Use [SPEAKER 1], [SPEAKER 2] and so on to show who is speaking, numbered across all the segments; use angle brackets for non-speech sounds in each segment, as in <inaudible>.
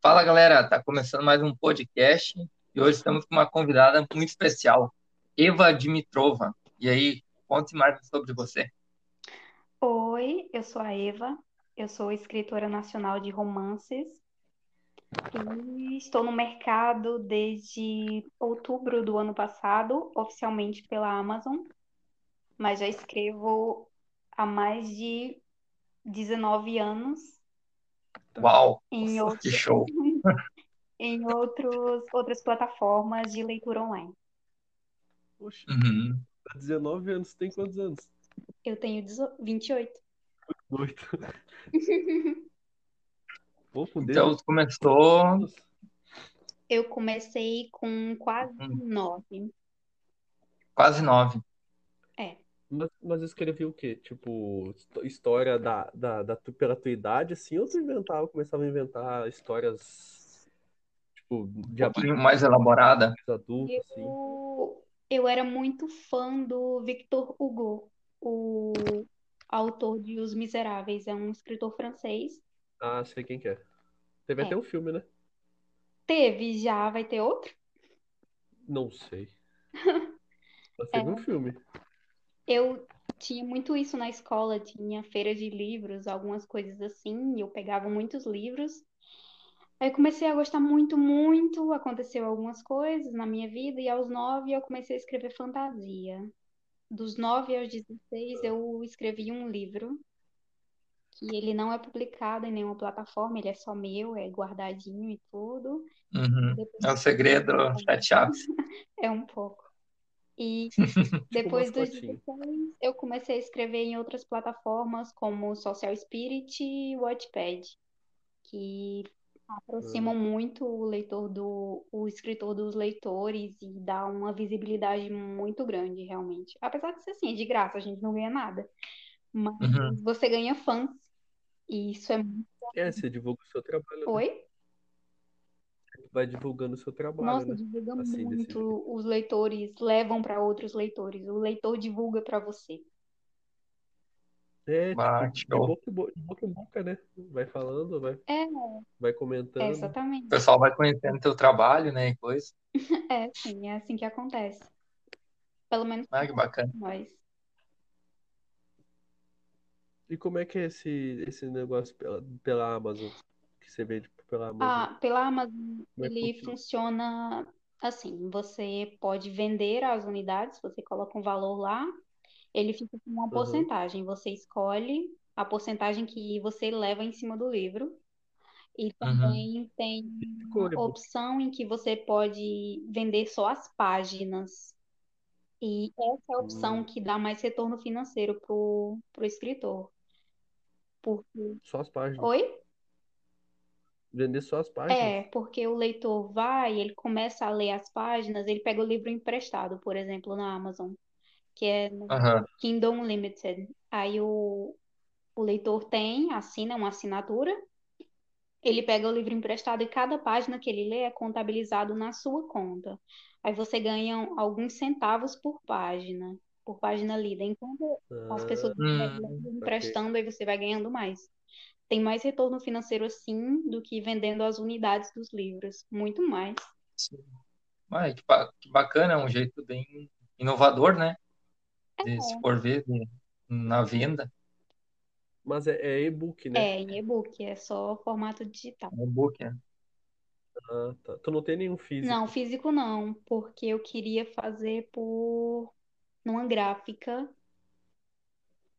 [SPEAKER 1] Fala galera, tá começando mais um podcast e hoje estamos com uma convidada muito especial, Eva Dimitrova. E aí, conte mais sobre você.
[SPEAKER 2] Oi, eu sou a Eva, eu sou escritora nacional de romances e estou no mercado desde outubro do ano passado, oficialmente pela Amazon, mas já escrevo há mais de 19 anos
[SPEAKER 1] Uau,
[SPEAKER 2] em, out-
[SPEAKER 1] que show!
[SPEAKER 2] em outros, outras plataformas de leitura online.
[SPEAKER 3] Poxa,
[SPEAKER 1] Uhum.
[SPEAKER 3] tá 19 anos, tem quantos anos?
[SPEAKER 2] Eu tenho 18 28.
[SPEAKER 3] Oito.
[SPEAKER 2] <laughs>
[SPEAKER 3] Pô, com
[SPEAKER 1] Então
[SPEAKER 3] 19
[SPEAKER 1] tu começou
[SPEAKER 3] anos.
[SPEAKER 2] Eu comecei com quase
[SPEAKER 1] Hum.
[SPEAKER 2] nove.
[SPEAKER 1] quase nove. um
[SPEAKER 3] Mas, mas eu escrevi o quê? Tipo, histó- história da, da, da tu- pela tua idade, assim, ou tu inventava, começava a inventar histórias, tipo, de
[SPEAKER 1] Um pouquinho
[SPEAKER 3] abaixo
[SPEAKER 1] mais elaborada.
[SPEAKER 3] adulto, assim?
[SPEAKER 2] Eu, eu era muito fã do Victor Hugo, o autor de Os Miseráveis, é um escritor francês.
[SPEAKER 3] Ah, sei quem que é. Teve
[SPEAKER 2] É.
[SPEAKER 3] até um filme, né?
[SPEAKER 2] Teve já, vai ter outro?
[SPEAKER 3] Não
[SPEAKER 2] <laughs>
[SPEAKER 3] sei. Mas
[SPEAKER 2] É.
[SPEAKER 3] teve um filme.
[SPEAKER 2] Eu tinha muito isso na escola, tinha feiras de livros, algumas coisas assim, e eu pegava muitos livros. Aí eu comecei a gostar muito, muito, aconteceu algumas coisas na minha vida, e aos nove eu comecei a escrever fantasia. Dos nove aos 16 eu escrevi um livro, que ele não é publicado em nenhuma plataforma, ele é só meu, é guardadinho e tudo.
[SPEAKER 1] Uhum. É o segredo da Chaves.
[SPEAKER 2] É um pouco.
[SPEAKER 3] <laughs>
[SPEAKER 2] E
[SPEAKER 3] Tipo,
[SPEAKER 2] depois dos
[SPEAKER 3] mascotinho.
[SPEAKER 2] 16, eu comecei a escrever em outras plataformas como Social Spirit e Wattpad, que aproximam
[SPEAKER 3] Hum.
[SPEAKER 2] muito o leitor do, o escritor dos leitores e dá uma visibilidade muito grande, realmente. Apesar de ser assim, é de graça, a gente não ganha nada, mas
[SPEAKER 1] Uhum.
[SPEAKER 2] você ganha fãs. E isso é.
[SPEAKER 3] É, você divulga o seu trabalho, né?
[SPEAKER 2] Oi?
[SPEAKER 3] Vai divulgando o seu trabalho,
[SPEAKER 2] Nossa,
[SPEAKER 3] né?
[SPEAKER 2] divulga
[SPEAKER 3] Assim, desse
[SPEAKER 2] muito. Os leitores levam para outros leitores. O leitor divulga para você.
[SPEAKER 3] É,
[SPEAKER 1] Ah,
[SPEAKER 3] tipo, de
[SPEAKER 1] show.
[SPEAKER 3] boca, em bo- de boca em boca, né? Vai falando, vai,
[SPEAKER 2] É,
[SPEAKER 3] vai
[SPEAKER 2] é,
[SPEAKER 3] comentando.
[SPEAKER 1] O
[SPEAKER 2] exatamente.
[SPEAKER 1] pessoal vai conhecendo teu trabalho, né? E coisa.
[SPEAKER 2] É assim, é assim que acontece. Pelo menos
[SPEAKER 1] Ah, que bacana.
[SPEAKER 2] nós.
[SPEAKER 3] E como é que é esse, esse negócio pela, pela Amazon? Que você vende pela Amazon?
[SPEAKER 2] Ah, pela Amazon,
[SPEAKER 3] Como Uhum. é que
[SPEAKER 2] ele
[SPEAKER 3] funciona?
[SPEAKER 2] funciona assim: você pode vender as unidades, você coloca um valor lá, ele fica com uma
[SPEAKER 3] Aham.
[SPEAKER 2] porcentagem. Você escolhe a porcentagem que você leva em cima do livro. E
[SPEAKER 1] Uhum.
[SPEAKER 2] também tem
[SPEAKER 3] Ficou
[SPEAKER 2] uma
[SPEAKER 3] o e-book.
[SPEAKER 2] opção em que você pode vender só as páginas. E essa é a opção
[SPEAKER 3] Hum,
[SPEAKER 2] que dá mais retorno financeiro pro, pro escritor. Porque...
[SPEAKER 3] só as páginas.
[SPEAKER 2] Oi?
[SPEAKER 3] Vender só as páginas?
[SPEAKER 2] É, porque o leitor vai, ele começa a ler as páginas, ele pega o livro emprestado, por exemplo, na Amazon, que é no
[SPEAKER 1] Aham.
[SPEAKER 2] Kindle Unlimited. Aí o, o leitor tem, assina uma assinatura, ele pega o livro emprestado e cada página que ele lê é contabilizado na sua conta. Aí você ganha alguns centavos por página, por página lida. Enquanto É, as pessoas
[SPEAKER 3] Ah,
[SPEAKER 2] vão
[SPEAKER 1] Hum,
[SPEAKER 2] lendo,
[SPEAKER 3] saquei.
[SPEAKER 2] emprestando, aí você vai ganhando mais. Tem mais retorno financeiro assim do que vendendo as unidades dos livros, muito mais.
[SPEAKER 1] sim. Ah, que, ba- que bacana, é um jeito bem inovador, né? De se for ver de- na venda.
[SPEAKER 3] Mas é, é e-book, né?
[SPEAKER 2] É, em e-book, é só formato digital.
[SPEAKER 1] No book, né?
[SPEAKER 3] Ah, tá. Tu não tem nenhum
[SPEAKER 2] Não,
[SPEAKER 3] físico.
[SPEAKER 2] físico não, porque eu queria fazer por numa gráfica.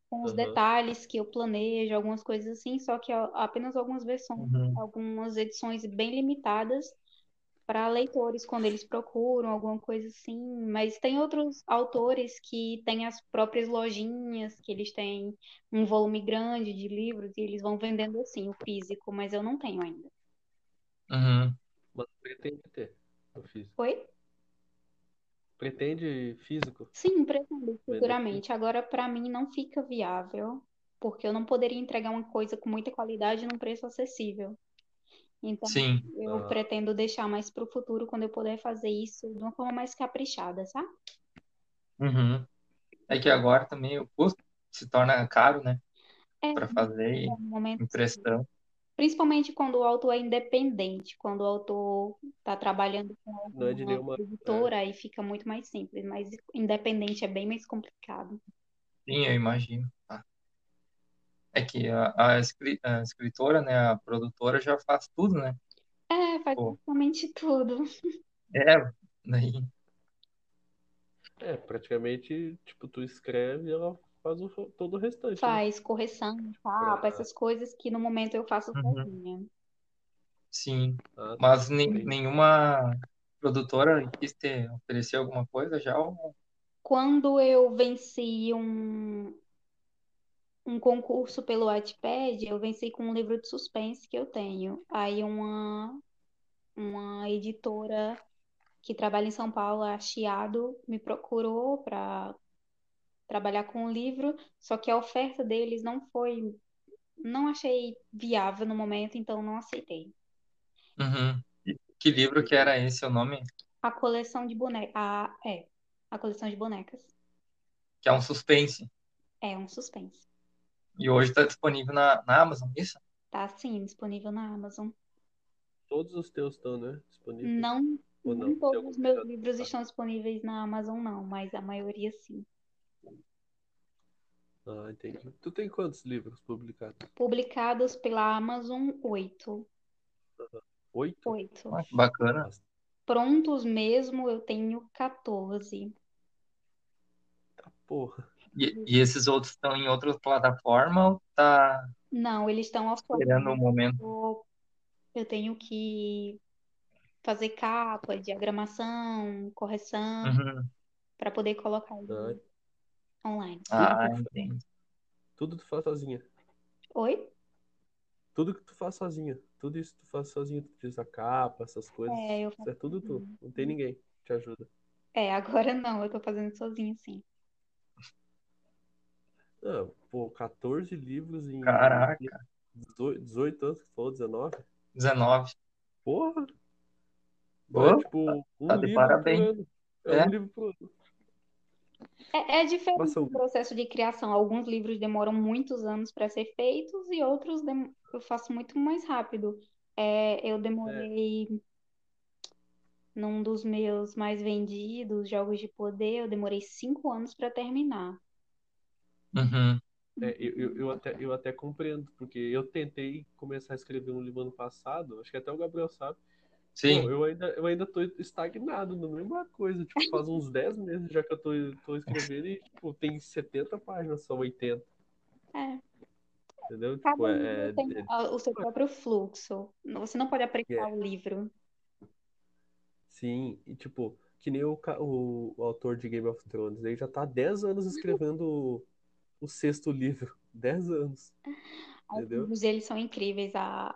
[SPEAKER 2] com os
[SPEAKER 3] Aham.
[SPEAKER 2] detalhes que eu planejo, algumas coisas assim, só que a- apenas algumas versões,
[SPEAKER 1] Uhum.
[SPEAKER 2] algumas edições bem limitadas para leitores quando eles procuram alguma coisa assim. Mas tem outros autores que têm as próprias lojinhas, que eles têm um volume grande de livros e eles vão vendendo assim o físico, mas eu não tenho ainda.
[SPEAKER 1] Uhum.
[SPEAKER 3] Mas pretende ter o físico.
[SPEAKER 2] Oi?
[SPEAKER 3] Pretende físico?
[SPEAKER 2] Sim, pretendo
[SPEAKER 3] Vender físico?
[SPEAKER 2] futuramente. Agora, para mim, não fica viável, porque eu não poderia entregar uma coisa com muita qualidade num preço acessível. Então,
[SPEAKER 1] Sim.
[SPEAKER 2] eu
[SPEAKER 3] Ah,
[SPEAKER 2] pretendo deixar mais para o futuro, quando eu puder fazer isso de uma forma mais caprichada, sabe?
[SPEAKER 1] Uhum. É que agora também o custo se torna caro, né?
[SPEAKER 2] É,
[SPEAKER 1] Para
[SPEAKER 2] é
[SPEAKER 1] fazer
[SPEAKER 2] um momento.
[SPEAKER 1] impressão.
[SPEAKER 2] Principalmente quando o autor é independente, quando o autor está trabalhando com
[SPEAKER 3] Não é de
[SPEAKER 2] uma
[SPEAKER 3] nenhuma.
[SPEAKER 2] editora, aí fica muito mais simples, mas independente é bem mais complicado.
[SPEAKER 1] Sim, eu imagino. tá. É que a, a escri- a escritora, né, a produtora já faz tudo, né?
[SPEAKER 2] É, faz
[SPEAKER 1] Pô.
[SPEAKER 2] praticamente tudo.
[SPEAKER 1] É, daí
[SPEAKER 3] É, praticamente, tipo, tu escreve e ela faz o, todo o restante, né?
[SPEAKER 2] Faz correção, capa, essas coisas que no momento eu faço
[SPEAKER 1] Uhum.
[SPEAKER 2] sozinha.
[SPEAKER 1] sim.
[SPEAKER 3] Ah, tá.
[SPEAKER 1] Mas nem-
[SPEAKER 3] Entendi.
[SPEAKER 1] nenhuma produtora quis te oferecer alguma coisa já? ou-
[SPEAKER 2] Quando eu venci um, um concurso pelo Wattpad, eu venci com um livro de suspense que eu tenho. Aí uma, uma editora que trabalha em São Paulo, a Chiado, me procurou para trabalhar com o livro, só que a oferta deles não foi, não achei viável no momento, então não aceitei.
[SPEAKER 1] Uhum. E Que livro que era esse o nome?
[SPEAKER 2] A coleção de bonecas, a, é, a coleção de bonecas
[SPEAKER 1] Que é um suspense.
[SPEAKER 2] é um suspense.
[SPEAKER 1] E hoje está disponível na, na Amazon, isso?
[SPEAKER 2] Tá sim, disponível na Amazon.
[SPEAKER 3] Todos os teus estão, né? Disponíveis.
[SPEAKER 2] Não,
[SPEAKER 3] Ou não?
[SPEAKER 2] nem
[SPEAKER 3] Tem
[SPEAKER 2] todos
[SPEAKER 3] algum
[SPEAKER 2] os
[SPEAKER 3] que
[SPEAKER 2] meus
[SPEAKER 3] já
[SPEAKER 2] livros
[SPEAKER 3] tá?
[SPEAKER 2] estão disponíveis na Amazon, não, mas a maioria sim.
[SPEAKER 3] Ah, entendi. Tu tem quantos livros publicados?
[SPEAKER 2] Publicados pela Amazon, oito.
[SPEAKER 3] Oito?
[SPEAKER 2] Oito.
[SPEAKER 1] Ah, que bacana.
[SPEAKER 3] Nossa,
[SPEAKER 2] Prontos mesmo, eu tenho 14.
[SPEAKER 3] porra.
[SPEAKER 1] E, e esses outros estão em outra plataforma ou tá
[SPEAKER 2] Não, eles estão
[SPEAKER 1] esperando o
[SPEAKER 2] offline.
[SPEAKER 1] momento?
[SPEAKER 2] Eu eu tenho que fazer capa, diagramação, correção,
[SPEAKER 1] Uhum.
[SPEAKER 2] para poder colocar
[SPEAKER 3] Ah,
[SPEAKER 2] ele online.
[SPEAKER 3] tudo
[SPEAKER 1] Ah,
[SPEAKER 3] que tu fa-
[SPEAKER 1] entendi.
[SPEAKER 3] tudo tu faz sozinha.
[SPEAKER 2] Oi?
[SPEAKER 3] Tudo que tu faz sozinha. Tudo isso tu faz sozinha. Tu diz a capa, essas
[SPEAKER 2] É,
[SPEAKER 3] coisas.
[SPEAKER 2] eu
[SPEAKER 3] Isso
[SPEAKER 2] faço
[SPEAKER 3] é tudo tu.
[SPEAKER 2] sozinha.
[SPEAKER 3] Não tem ninguém que te ajuda.
[SPEAKER 2] É, agora não, eu tô fazendo sozinha, assim. sim.
[SPEAKER 3] Ah, pô, 14 livros em
[SPEAKER 1] Caraca,
[SPEAKER 3] 18 18 anos, que tu falou 19?
[SPEAKER 1] 19.
[SPEAKER 3] Porra! Pô, é
[SPEAKER 1] Boa,
[SPEAKER 3] tipo
[SPEAKER 1] tá
[SPEAKER 3] um
[SPEAKER 1] de
[SPEAKER 3] livro por
[SPEAKER 1] parabéns.
[SPEAKER 3] ano. É
[SPEAKER 1] É,
[SPEAKER 3] um livro por ano.
[SPEAKER 2] É, é
[SPEAKER 3] Mas
[SPEAKER 2] diferente o
[SPEAKER 3] são,
[SPEAKER 2] processo de criação. Alguns livros demoram muitos anos para ser feitos e outros dem- eu faço muito mais rápido. É, eu
[SPEAKER 3] é,
[SPEAKER 2] demorei num dos meus mais vendidos, Jogos de Poder, eu demorei cinco anos para terminar.
[SPEAKER 1] uhum.
[SPEAKER 3] é, eu, eu, eu até, eu até compreendo, porque eu tentei começar a escrever um livro ano passado, acho que até o Gabriel sabe. Pô,
[SPEAKER 1] Sim,
[SPEAKER 3] eu ainda, eu ainda tô estagnado na mesma coisa. Tipo, faz uns 10 meses já que eu tô, tô escrevendo e, tipo, tem 70 páginas, são 80,
[SPEAKER 2] É.
[SPEAKER 3] entendeu? Tipo,
[SPEAKER 2] Cada livro
[SPEAKER 3] é,
[SPEAKER 2] tem
[SPEAKER 3] é-
[SPEAKER 2] ah, o seu próprio fluxo. Você não pode apressar
[SPEAKER 3] é-
[SPEAKER 2] o livro.
[SPEAKER 3] Sim, e tipo, que nem o, ca- o, o autor de Game of Thrones, ele já tá há 10 anos escrevendo o, o sexto livro. <laughs> 10 anos,
[SPEAKER 2] Os
[SPEAKER 3] entendeu?
[SPEAKER 2] livros, eles são incríveis. A,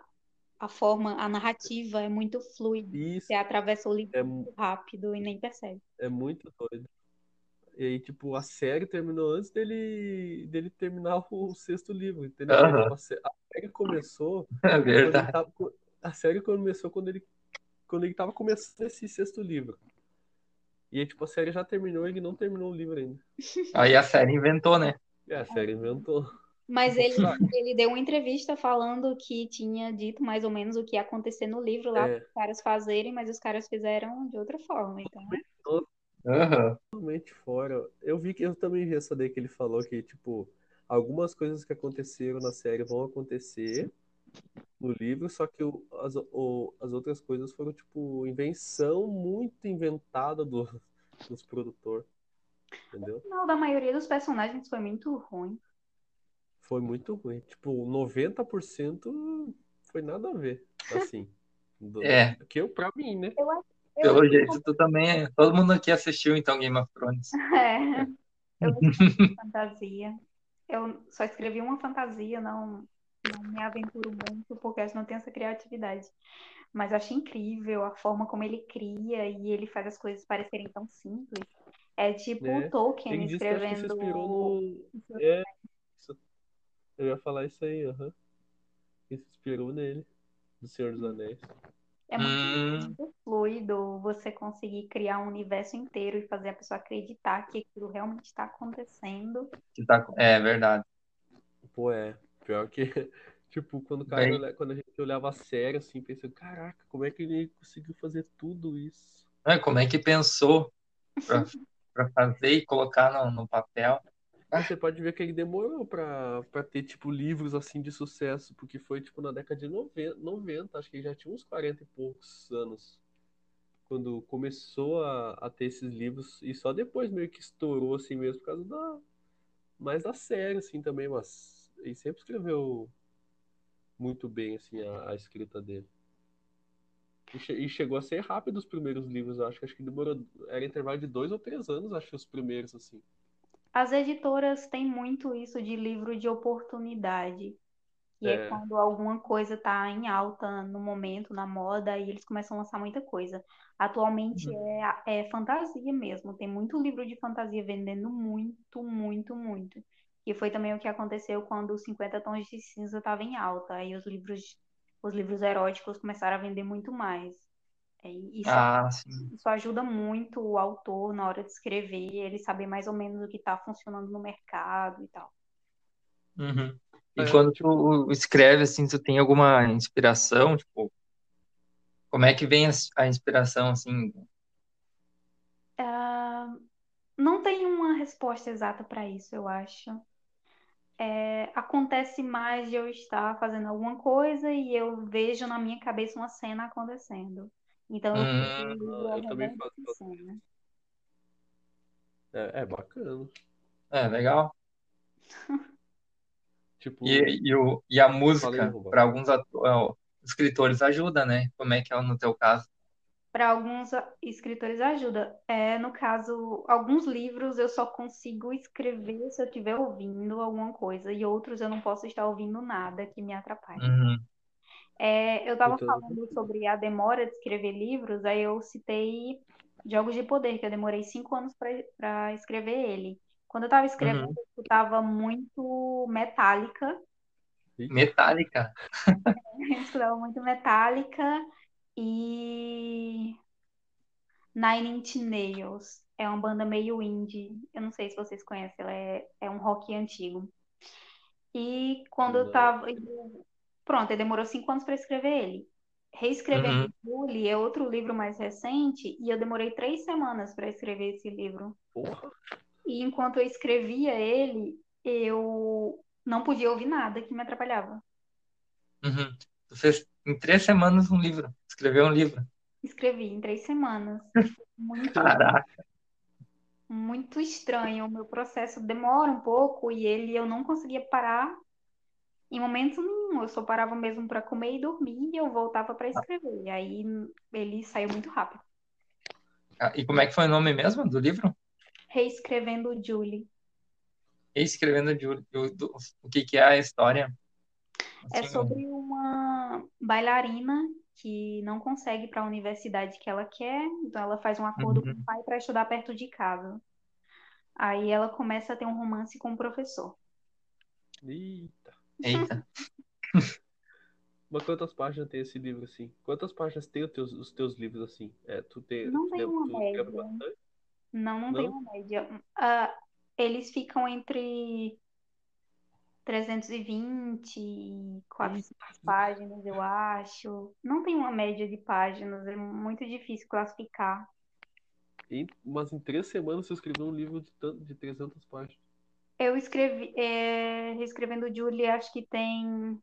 [SPEAKER 2] a forma, a narrativa é muito fluida.
[SPEAKER 3] E
[SPEAKER 2] Você
[SPEAKER 3] isso
[SPEAKER 2] atravessa o livro
[SPEAKER 3] é, mu-
[SPEAKER 2] muito rápido e nem percebe.
[SPEAKER 3] é muito doido. E aí, tipo, a série terminou antes dele, dele terminar o sexto livro, entendeu? Então, tipo,
[SPEAKER 1] Aham,
[SPEAKER 3] a, sé- a série começou
[SPEAKER 1] <laughs> É
[SPEAKER 3] quando ele
[SPEAKER 1] verdade.
[SPEAKER 3] tava. co- A série começou quando ele, quando ele tava começando esse sexto livro. E aí, tipo, a série já terminou, ele não terminou o livro ainda.
[SPEAKER 1] Aí a série inventou, né?
[SPEAKER 3] E a série inventou.
[SPEAKER 2] Mas
[SPEAKER 3] <laughs>
[SPEAKER 2] ele,
[SPEAKER 3] Saca?
[SPEAKER 2] ele deu uma entrevista falando que tinha dito mais ou menos o que ia acontecer no livro lá para
[SPEAKER 3] É,
[SPEAKER 2] os caras fazerem, mas os caras fizeram de outra forma. Então,
[SPEAKER 1] Aham,
[SPEAKER 3] Totalmente fora. Eu vi que eu também vi essa daí que ele falou que, tipo, algumas coisas que aconteceram na série vão acontecer no livro, só que o- as, o- as outras coisas foram, tipo, invenção muito inventada do, dos produtores, entendeu?
[SPEAKER 2] o final da maioria dos personagens foi muito ruim.
[SPEAKER 3] Foi muito ruim. Tipo, 90% foi nada a ver, assim. Do,
[SPEAKER 1] É,
[SPEAKER 3] que eu, pra mim, né?
[SPEAKER 2] Eu, acho- eu
[SPEAKER 1] pelo
[SPEAKER 2] acho
[SPEAKER 1] jeito tu também. é- Todo mundo aqui assistiu então Game of Thrones.
[SPEAKER 3] <laughs>
[SPEAKER 2] É, eu gosto muito de fantasia. Eu só escrevi uma fantasia, não, não me aventuro muito, porque eu não tenho essa criatividade. Mas acho incrível a forma como ele cria e ele faz as coisas parecerem tão simples. É tipo o
[SPEAKER 3] Né?
[SPEAKER 2] Tolkien
[SPEAKER 3] Ele disse que acho que se inspirou
[SPEAKER 2] escrevendo.
[SPEAKER 3] no. É, isso- eu ia falar isso aí, aham. que se inspirou nele, do Senhor dos Anéis.
[SPEAKER 2] É muito
[SPEAKER 3] Ah.
[SPEAKER 1] Hum,
[SPEAKER 2] fluido você conseguir criar um universo inteiro e fazer a pessoa acreditar que aquilo realmente está acontecendo.
[SPEAKER 1] que tá... É verdade.
[SPEAKER 3] Pô, é, pior que <laughs> Tipo, quando, o cara, olha- quando a gente olhava a série, assim, pensando, caraca, como é que ele conseguiu fazer tudo isso?
[SPEAKER 1] Ah, Como é que pensou pra, pra fazer e colocar no, no papel?
[SPEAKER 3] E Você pode ver que ele demorou pra, pra ter, tipo, livros, assim, de sucesso, porque foi, tipo, na década de 90, 90, acho que ele já tinha uns 40 e poucos anos, quando começou a, a ter esses livros, e só depois meio que estourou, assim, mesmo, por causa da... mais da série, assim, também, mas ele sempre escreveu muito bem, assim, a, a escrita dele. E, che- e chegou a ser rápido os primeiros livros, eu acho, que acho que demorou, era intervalo de dois ou três anos, acho, que os primeiros, assim.
[SPEAKER 2] As editoras têm muito isso de livro de oportunidade, que é
[SPEAKER 3] É.
[SPEAKER 2] quando alguma coisa está em alta no momento, na moda, e eles começam a lançar muita coisa. Atualmente é, a- é fantasia mesmo, tem muito livro de fantasia vendendo muito, muito, muito. E foi também o que aconteceu quando os 50 Tons de Cinza estava em alta, aí os livros, os livros eróticos começaram a vender muito mais. E isso
[SPEAKER 1] Ah, sim.
[SPEAKER 2] isso ajuda muito o autor na hora de escrever, ele saber mais ou menos o que está funcionando no mercado e tal.
[SPEAKER 1] Uhum. E
[SPEAKER 3] É,
[SPEAKER 1] quando tu escreve, assim, tu tem alguma inspiração? Tipo, como é que vem a, a inspiração, assim?
[SPEAKER 2] Ah, não tem uma resposta exata para isso, eu acho. É, acontece mais de eu estar fazendo alguma coisa e eu vejo na minha cabeça uma cena acontecendo. Então eu crio
[SPEAKER 1] Hum,
[SPEAKER 2] um livro
[SPEAKER 3] eu
[SPEAKER 2] ao redor
[SPEAKER 3] também faço
[SPEAKER 2] dessa cena.
[SPEAKER 3] É, é bacana.
[SPEAKER 1] é legal.
[SPEAKER 3] Tipo,
[SPEAKER 1] E, e, o, e a
[SPEAKER 3] Fala aí,
[SPEAKER 1] música,
[SPEAKER 3] Rubão.
[SPEAKER 1] para alguns atu- ó, escritores, ajuda, né? Como é que é no teu caso?
[SPEAKER 2] Para alguns a- escritores ajuda. É, no caso, alguns livros eu só consigo escrever se eu estiver ouvindo alguma coisa, e outros eu não posso estar ouvindo nada que me atrapalhe.
[SPEAKER 1] Uhum.
[SPEAKER 2] É, eu estava
[SPEAKER 3] Então-
[SPEAKER 2] falando sobre a demora de escrever livros, aí eu citei Jogos de Poder, que eu demorei cinco anos para escrever ele. Quando eu estava escrevendo,
[SPEAKER 1] Uhum.
[SPEAKER 2] eu escutava muito Metallica,
[SPEAKER 1] Metallica.
[SPEAKER 2] eu escutava muito Metallica e Nine Inch Nails. É uma banda meio indie. Eu não sei se vocês conhecem, ela é, é um rock antigo. E quando eu
[SPEAKER 3] Não.
[SPEAKER 2] tava. Pronto, aí demorou cinco anos para escrever ele. Reescrevendo
[SPEAKER 1] Uhum.
[SPEAKER 2] Julie é outro livro mais recente, e eu demorei três semanas para escrever esse livro.
[SPEAKER 3] porra,
[SPEAKER 2] E enquanto eu escrevia ele, eu não podia ouvir nada que me atrapalhava.
[SPEAKER 1] Uhum. Tu fez em três semanas um livro. Escreveu um livro.
[SPEAKER 2] Escrevi em três semanas. Muito
[SPEAKER 1] Caraca.
[SPEAKER 2] Muito estranho. O meu processo demora um pouco e ele eu não conseguia parar em momento nenhum. Eu só parava mesmo para comer e dormir e eu voltava para escrever. E aí ele saiu muito rápido.
[SPEAKER 1] E como é que foi o nome mesmo do livro?
[SPEAKER 2] Reescrevendo Julie.
[SPEAKER 1] Escrevendo de, do- do- o que que é a história.
[SPEAKER 2] É
[SPEAKER 1] Assim,
[SPEAKER 2] sobre uma bailarina que não consegue ir para a universidade que ela quer, então ela faz um acordo com o
[SPEAKER 1] uhum.
[SPEAKER 2] pai para estudar perto de casa. Aí ela começa a ter um romance com o professor.
[SPEAKER 3] eita.
[SPEAKER 1] Eita.
[SPEAKER 3] Mas quantas páginas tem esse livro assim? Quantas páginas tem os teus, os teus livros assim? É, tu tem,
[SPEAKER 2] Não
[SPEAKER 3] tu,
[SPEAKER 2] tem
[SPEAKER 3] lembra-
[SPEAKER 2] uma
[SPEAKER 3] tu escreve
[SPEAKER 2] média.
[SPEAKER 3] bastante?
[SPEAKER 2] Não, não tem
[SPEAKER 3] Não?
[SPEAKER 2] uma média. Ah, eles ficam entre 320 e 400 páginas, eu acho. Não tem uma média de páginas, é muito difícil classificar.
[SPEAKER 3] Em- mas em três semanas tu escreveu um livro de, tan- de 300 páginas.
[SPEAKER 2] Eu escrevi, é, reescrevendo Julie, acho que tem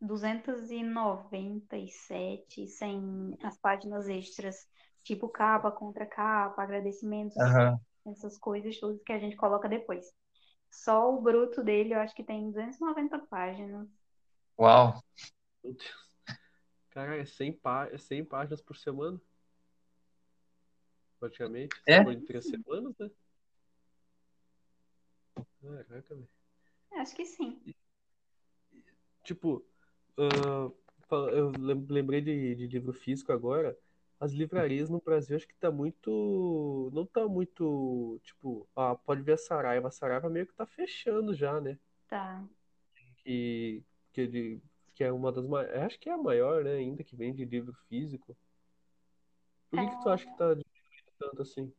[SPEAKER 2] 297, sem as páginas extras, tipo capa, contracapa, agradecimentos,
[SPEAKER 1] Aham.
[SPEAKER 2] essas coisas todas que a gente coloca depois. Só o bruto dele, eu acho que tem 290 páginas.
[SPEAKER 1] Uau.
[SPEAKER 3] Meu Deus. Cara, é 100, pá, é 100 páginas por semana? Praticamente. Se
[SPEAKER 1] É?
[SPEAKER 3] for em três semanas, né? Caraca, velho.
[SPEAKER 2] Acho que sim.
[SPEAKER 3] Tipo, ah, fal- eu lem- lembrei de, de livro físico agora. As livrarias no Brasil acho que tá muito. Não tá muito. Tipo, ah, pode ver a Saraiva. A Saraiva meio que tá fechando já, né?
[SPEAKER 2] Tá.
[SPEAKER 3] Que, que, de- que é uma das maiores. Acho que é a maior, né? Ainda que vende livro físico. Por que que tu acha que tá diminuindo tanto assim?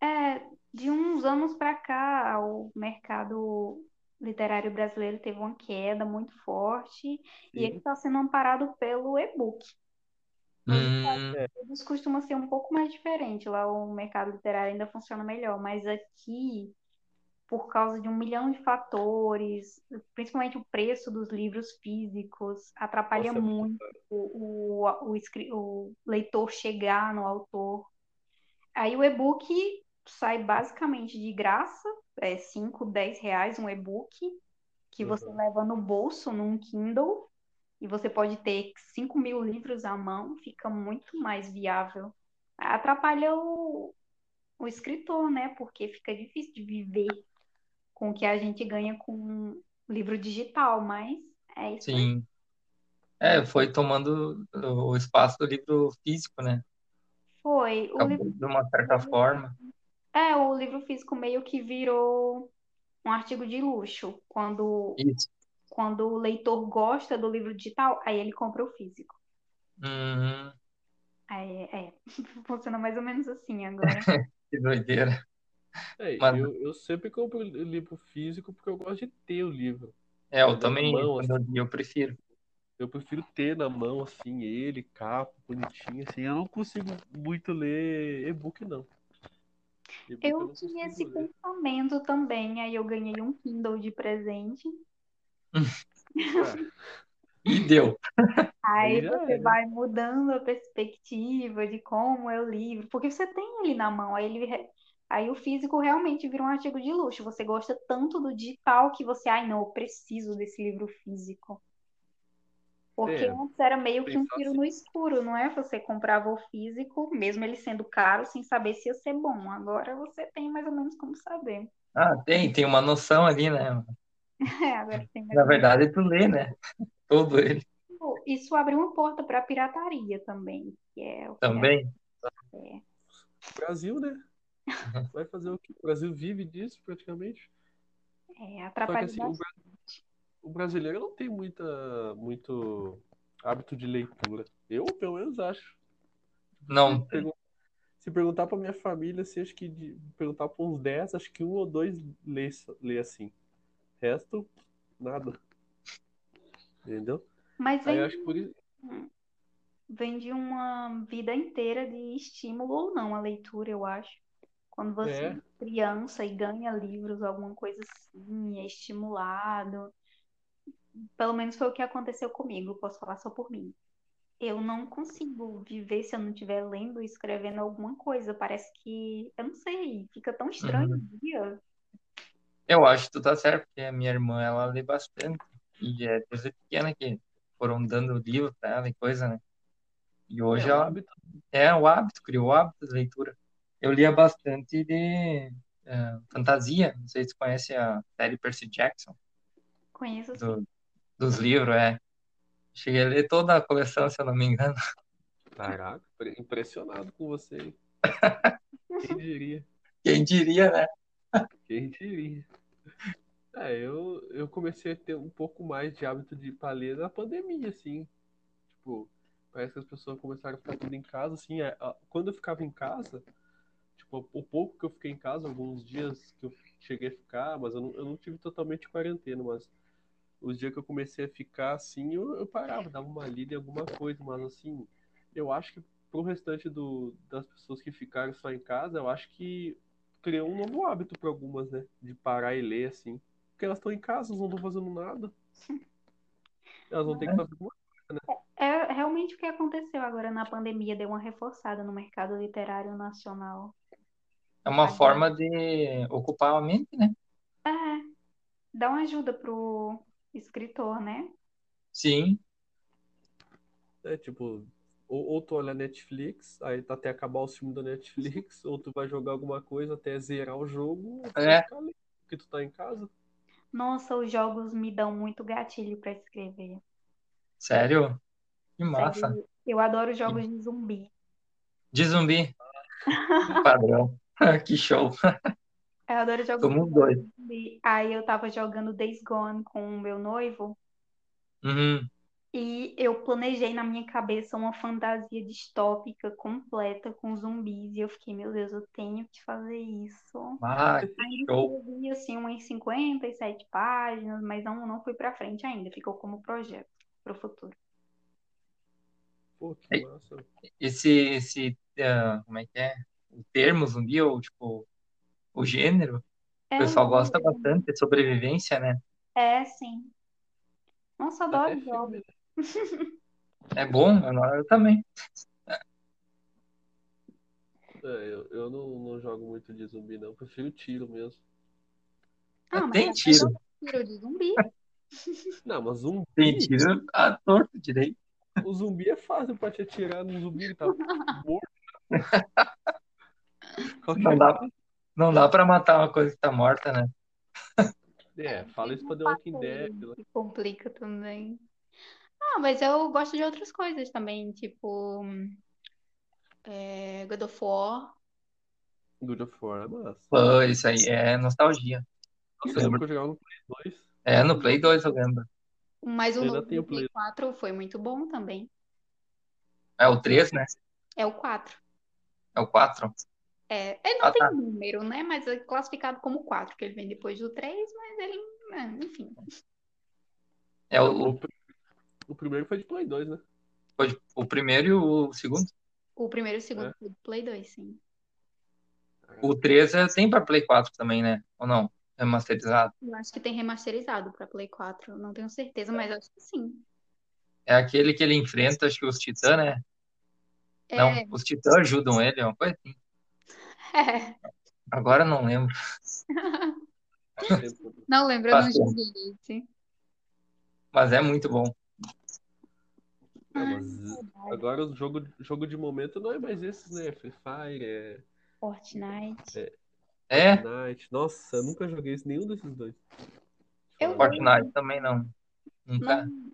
[SPEAKER 2] É, de uns anos pra cá, o mercado literário brasileiro teve uma queda muito forte e
[SPEAKER 3] Sim.
[SPEAKER 2] ele está sendo amparado pelo e-book.
[SPEAKER 1] Hum,
[SPEAKER 2] Eles costumam ser um pouco mais diferente. Lá o mercado literário ainda funciona melhor, mas aqui, por causa de um milhão de fatores, principalmente o preço dos livros físicos, atrapalha
[SPEAKER 3] Nossa, é muito
[SPEAKER 2] muito o, o, o escri- o leitor chegar no autor. Aí o e-book sai basicamente de graça, é 5, 10 reais um e-book, que você
[SPEAKER 3] Uhum.
[SPEAKER 2] leva no bolso, num Kindle. E você pode ter 5 mil livros à mão, fica muito mais viável. Atrapalha o, o escritor, né? Porque fica difícil de viver com o que a gente ganha com um livro digital, mas é isso aí.
[SPEAKER 1] sim. É, foi tomando o espaço do livro físico, né?
[SPEAKER 2] Foi. O livro, né?
[SPEAKER 1] Acabou de uma certa forma.
[SPEAKER 2] é, o livro físico meio que virou um artigo de luxo. Quando,
[SPEAKER 1] Isso.
[SPEAKER 2] quando o leitor gosta do livro digital, aí ele compra o físico.
[SPEAKER 1] Hum,
[SPEAKER 2] Aí, é, <laughs> funciona mais ou menos assim agora.
[SPEAKER 1] que doideira.
[SPEAKER 3] É,
[SPEAKER 1] Mas-
[SPEAKER 3] eu, eu sempre compro li- livro físico porque eu gosto de ter o livro.
[SPEAKER 1] É, eu
[SPEAKER 3] Mas na
[SPEAKER 1] também,
[SPEAKER 3] mão, assim.
[SPEAKER 1] quando eu li, eu prefiro.
[SPEAKER 3] Eu prefiro ter na mão, assim, ele, capa, bonitinho, assim. Eu não consigo muito ler e-book, não. E-book
[SPEAKER 2] Eu
[SPEAKER 3] não
[SPEAKER 2] tinha esse
[SPEAKER 3] consigo ler.
[SPEAKER 2] pensamento também, aí eu ganhei um Kindle de presente.
[SPEAKER 3] Ah,
[SPEAKER 1] E deu.
[SPEAKER 2] Aí
[SPEAKER 3] Aí já
[SPEAKER 2] você
[SPEAKER 3] era.
[SPEAKER 2] vai mudando a perspectiva de como é o livro, porque você tem ele na mão, aí ele re- aí o físico realmente vira um artigo de luxo. Você gosta tanto do digital que você, ai, não, eu preciso desse livro físico. Porque
[SPEAKER 3] É,
[SPEAKER 2] antes era meio que um
[SPEAKER 3] pensar
[SPEAKER 2] tiro
[SPEAKER 3] assim.
[SPEAKER 2] no escuro, não é? Você comprava o físico, mesmo ele sendo caro, sem saber se ia ser bom. Agora você tem mais ou menos como saber. <laughs>
[SPEAKER 1] Ah, tem, tem uma noção ali, né?
[SPEAKER 2] É, agora tem mais
[SPEAKER 1] Na
[SPEAKER 2] ou menos.
[SPEAKER 1] verdade, tu lê, né? Todo ele
[SPEAKER 2] Pô, Isso abre uma porta para pirataria também, que é o que a
[SPEAKER 1] também.
[SPEAKER 2] gente quer.
[SPEAKER 3] Brasil, né? Vai fazer o quê? O Brasil vive disso, praticamente.
[SPEAKER 2] É,
[SPEAKER 3] Só que,
[SPEAKER 2] atrapalha
[SPEAKER 3] assim, o,
[SPEAKER 2] bastante.
[SPEAKER 3] bra- o brasileiro não tem muita, muito hábito de leitura. Eu, pelo menos, acho. Se,
[SPEAKER 1] Não,
[SPEAKER 3] pergun- se perguntar pra minha família, assim, acho que... de- perguntar pra uns 10, acho que um ou dois lê, lê assim. Resto, nada. Entendeu?
[SPEAKER 2] Mas
[SPEAKER 3] Aí eu
[SPEAKER 2] vem,
[SPEAKER 3] acho que por isso.
[SPEAKER 2] vem de uma vida inteira de estímulo ou não a leitura, eu acho. Quando você
[SPEAKER 3] É,
[SPEAKER 2] é criança e ganha livros, alguma coisa assim, é estimulado. Pelo menos foi o que aconteceu comigo, eu posso falar só por mim. Eu não consigo viver se eu não estiver lendo e escrevendo alguma coisa. Parece que, eu não sei, fica tão estranho
[SPEAKER 1] uhum.
[SPEAKER 2] o dia.
[SPEAKER 1] eu acho que tu tá certo, porque a minha irmã, ela lê bastante. E é desde pequena que foram dando livro pra ela e coisa, né? E
[SPEAKER 3] é
[SPEAKER 1] hoje
[SPEAKER 3] o
[SPEAKER 1] ela
[SPEAKER 3] hábito.
[SPEAKER 1] é o hábito, criou o hábito de leitura. Eu lia bastante de eh, fantasia. Não sei se tu conhece a série Percy Jackson,
[SPEAKER 2] Conheço assim.
[SPEAKER 1] do- dos livros, é. Cheguei a ler toda a coleção, se eu não me engano. <laughs>
[SPEAKER 3] Caraca, pre- impressionado com você. hein? Quem diria?
[SPEAKER 1] Quem diria, né?
[SPEAKER 3] Quem diria? <laughs> É, eu, eu comecei a ter um pouco mais de hábito de pra ler na pandemia, assim. Tipo, parece que as pessoas começaram a ficar tudo em casa, assim. é, a- quando eu ficava em casa, tipo, o pouco que eu fiquei em casa, alguns dias que eu cheguei a ficar, mas eu não, eu não tive totalmente quarentena, mas os dias que eu comecei a ficar assim, eu, eu parava, dava uma lida em alguma coisa, mas assim, eu acho que pro restante do, das pessoas que ficaram só em casa, eu acho que criou um novo hábito para algumas, né? De parar e ler assim. Porque elas estão em casa, elas não estão fazendo nada. Elas vão ter que fazer alguma
[SPEAKER 2] É realmente o que aconteceu agora na pandemia, deu uma reforçada no mercado literário nacional.
[SPEAKER 1] É uma
[SPEAKER 2] Aí,
[SPEAKER 1] forma de ocupar a mente, né?
[SPEAKER 2] é, dá uma ajuda pro escritor, né?
[SPEAKER 1] Sim,
[SPEAKER 3] É, tipo, ou, ou tu olha Netflix, aí tá até acabar o filme da Netflix, <laughs> ou tu vai jogar alguma coisa até zerar o jogo, ou tu vai
[SPEAKER 1] é.
[SPEAKER 3] ficar lendo, porque tu tá em casa.
[SPEAKER 2] Nossa, os jogos me dão muito gatilho para escrever.
[SPEAKER 1] Sério? Que massa.
[SPEAKER 2] Sério, eu adoro jogos de zumbi.
[SPEAKER 1] De zumbi, <laughs> padrão. <laughs> Que show.
[SPEAKER 2] Eu adoro jogos
[SPEAKER 1] Somos dois.
[SPEAKER 2] de zumbi. Aí eu tava jogando Days Gone com o meu noivo.
[SPEAKER 1] Uhum.
[SPEAKER 2] E eu planejei na minha cabeça uma fantasia distópica completa com zumbis. E eu fiquei, meu Deus, eu tenho que fazer isso.
[SPEAKER 1] Ah,
[SPEAKER 2] Aí eu
[SPEAKER 1] show.
[SPEAKER 2] escrevi assim, umas 57 páginas, mas não, não fui pra frente ainda. Ficou como projeto pro futuro.
[SPEAKER 3] Pô, que massa.
[SPEAKER 1] Esse, esse, ah, como é que é? O termo zumbi, ou tipo, o gênero, o
[SPEAKER 2] É,
[SPEAKER 1] pessoal gosta bastante de sobrevivência, né?
[SPEAKER 2] é sim. Nossa, adoro
[SPEAKER 1] <laughs>
[SPEAKER 3] Até né?
[SPEAKER 2] jogos.
[SPEAKER 1] É bom, eu também.
[SPEAKER 3] É, eu, eu não, não jogo muito de zumbi, não. Eu prefiro tiro mesmo.
[SPEAKER 2] Ah,
[SPEAKER 1] É Tem
[SPEAKER 2] mas
[SPEAKER 1] tiro.
[SPEAKER 2] tiro de zumbi.
[SPEAKER 3] Não, mas zumbi.
[SPEAKER 1] Tem tiro a torto direito.
[SPEAKER 3] O zumbi é fácil pra te atirar no zumbi que tá morto.
[SPEAKER 1] Não dá, não dá pra matar uma coisa que tá morta, né?
[SPEAKER 3] É, fala isso pra The
[SPEAKER 2] Não
[SPEAKER 3] Walking
[SPEAKER 2] faço
[SPEAKER 3] Dead.
[SPEAKER 2] isso,
[SPEAKER 3] lá.
[SPEAKER 2] que complica também. Ah, mas eu gosto de outras coisas também, tipo é, God of War.
[SPEAKER 3] God of War é massa.
[SPEAKER 1] Pô, isso aí é nostalgia.
[SPEAKER 3] Nossa, eu lembro que eu jogava no Play 2.
[SPEAKER 1] É, no Play 2 eu lembro.
[SPEAKER 2] Mas o
[SPEAKER 3] Eu ainda
[SPEAKER 2] novo
[SPEAKER 3] tenho
[SPEAKER 2] do Play
[SPEAKER 3] Play.
[SPEAKER 2] 4 foi muito bom também.
[SPEAKER 1] É o 3, né?
[SPEAKER 2] É o 4.
[SPEAKER 1] É o 4.
[SPEAKER 2] É, ele não
[SPEAKER 1] Ah,
[SPEAKER 2] tem
[SPEAKER 1] tá.
[SPEAKER 2] número, né? Mas é classificado como 4, porque ele vem depois do 3, mas ele, é, enfim.
[SPEAKER 1] É o,
[SPEAKER 3] O, pr- o primeiro foi de Play 2, né?
[SPEAKER 1] o, o primeiro e o segundo.
[SPEAKER 2] O primeiro e o segundo
[SPEAKER 3] É.
[SPEAKER 2] foi do Play 2, sim.
[SPEAKER 1] O 3 é- tem pra Play 4 também, né? Ou não? É masterizado.
[SPEAKER 2] Eu acho que tem remasterizado pra Play 4, eu não tenho certeza, mas acho que sim.
[SPEAKER 1] É aquele que ele enfrenta, acho que os titãs, né? Não,
[SPEAKER 2] É,
[SPEAKER 1] os titãs ajudam ele, é uma coisa assim.
[SPEAKER 2] <laughs> é.
[SPEAKER 1] Agora eu não lembro.
[SPEAKER 3] Ah, Faz tempo.
[SPEAKER 2] Não lembro, eu não
[SPEAKER 1] Faz tempo.
[SPEAKER 2] joguei esse.
[SPEAKER 1] Mas é muito bom.
[SPEAKER 3] Não,
[SPEAKER 2] Ai,
[SPEAKER 3] mas
[SPEAKER 2] saudade.
[SPEAKER 3] agora o jogo, jogo de momento não é mais esses, né? Free Fire, é
[SPEAKER 2] Fortnite.
[SPEAKER 1] É,
[SPEAKER 3] Fortnite. Nossa, eu nunca joguei isso, nenhum desses dois.
[SPEAKER 2] Eu
[SPEAKER 3] Falar a verdade.
[SPEAKER 1] Fortnite também não.
[SPEAKER 3] Tá.
[SPEAKER 1] Nunca.
[SPEAKER 2] Não,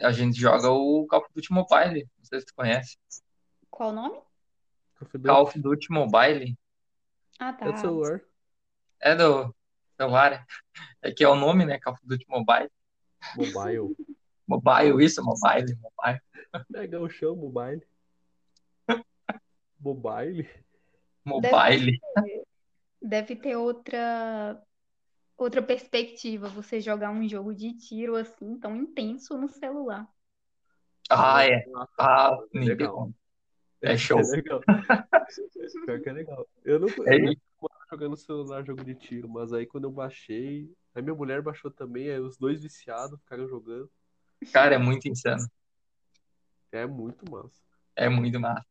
[SPEAKER 1] A gente joga o Call of Duty Mobile. Não sei se tu conhece.
[SPEAKER 2] qual o nome?
[SPEAKER 3] Call of
[SPEAKER 1] Call of
[SPEAKER 3] Duty
[SPEAKER 1] Duty Mobile
[SPEAKER 2] Ah,
[SPEAKER 3] é do
[SPEAKER 2] tá.
[SPEAKER 3] celular.
[SPEAKER 1] é do celular. É que é o nome, né? Call of Duty Mobile.
[SPEAKER 3] Mobile.
[SPEAKER 1] Mobile, isso, mobile, mobile.
[SPEAKER 3] Pega o chão, mobile. Mobile?
[SPEAKER 1] Mobile.
[SPEAKER 2] Deve ter outra outra perspectiva você jogar um jogo de tiro assim tão intenso no celular.
[SPEAKER 1] Ah, é.
[SPEAKER 3] Nossa,
[SPEAKER 1] Ah,
[SPEAKER 3] é
[SPEAKER 1] nem deu
[SPEAKER 3] legal.
[SPEAKER 1] conta. É show.
[SPEAKER 3] É legal. <laughs> Pior que é legal. Eu não, eu não
[SPEAKER 1] É,
[SPEAKER 3] tava jogando no celular jogo de tiro, mas aí quando eu baixei, aí minha mulher baixou também, aí os dois viciados ficaram jogando.
[SPEAKER 1] cara, é muito insano.
[SPEAKER 3] É muito massa.
[SPEAKER 1] É muito massa.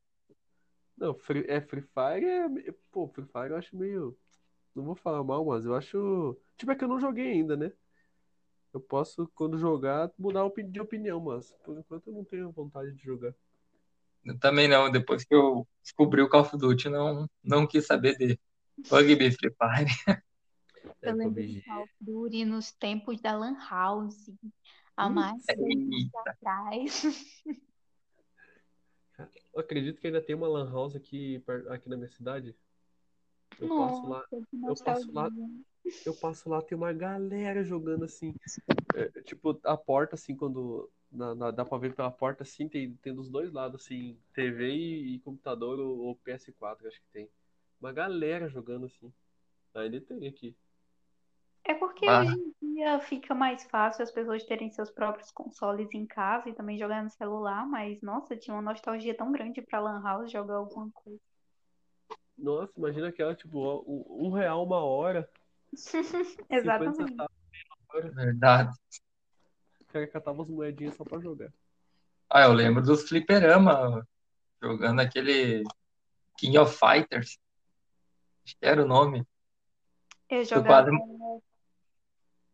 [SPEAKER 3] Não, Free, é Free Fire é. me- Pô, Free Fire eu acho meio. Não vou falar mal, mas eu acho. Tipo, é que eu não joguei ainda, né? Eu posso, quando jogar, mudar opi- de opinião, mas por enquanto eu não tenho vontade de jogar.
[SPEAKER 1] Eu também não. Depois que eu descobri o Call of Duty, não, não quis saber de PUBG Free Fire.
[SPEAKER 3] É,
[SPEAKER 2] Eu lembro de
[SPEAKER 3] PUBG.
[SPEAKER 2] Call of Duty nos tempos da Lan House, há
[SPEAKER 3] Hum,
[SPEAKER 2] mais anos
[SPEAKER 1] Eita.
[SPEAKER 2] atrás. <laughs>
[SPEAKER 3] Eu acredito que ainda tem uma lan house aqui, per- aqui na minha cidade. Eu passo
[SPEAKER 2] Nossa,
[SPEAKER 3] lá,
[SPEAKER 2] que
[SPEAKER 3] eu passo lá,
[SPEAKER 2] nostalgia.
[SPEAKER 3] eu passo lá, tem uma galera jogando assim. É, tipo, a porta, assim, quando. na- na- dá pra ver pela porta, assim, tem, tem dos dois lados, assim, TV e, e computador ou, ou PS4, acho que tem. Uma galera jogando, assim. Ainda tem aqui.
[SPEAKER 2] É porque
[SPEAKER 1] Ah,
[SPEAKER 2] hoje em dia fica mais fácil as pessoas terem seus próprios consoles em casa e também jogar no celular, mas nossa, tinha uma nostalgia tão grande pra Lan House jogar alguma coisa.
[SPEAKER 3] Nossa, imagina aquela, tipo, ó, um, um real uma hora, 50
[SPEAKER 2] Exatamente.
[SPEAKER 3] centavos uma hora.
[SPEAKER 1] É verdade.
[SPEAKER 3] O cara catava as moedinhas só pra jogar.
[SPEAKER 1] Ah, eu lembro dos fliperama jogando aquele King of Fighters. Acho que era o nome.
[SPEAKER 2] Eu
[SPEAKER 1] Eu
[SPEAKER 2] jogava,
[SPEAKER 1] quase, um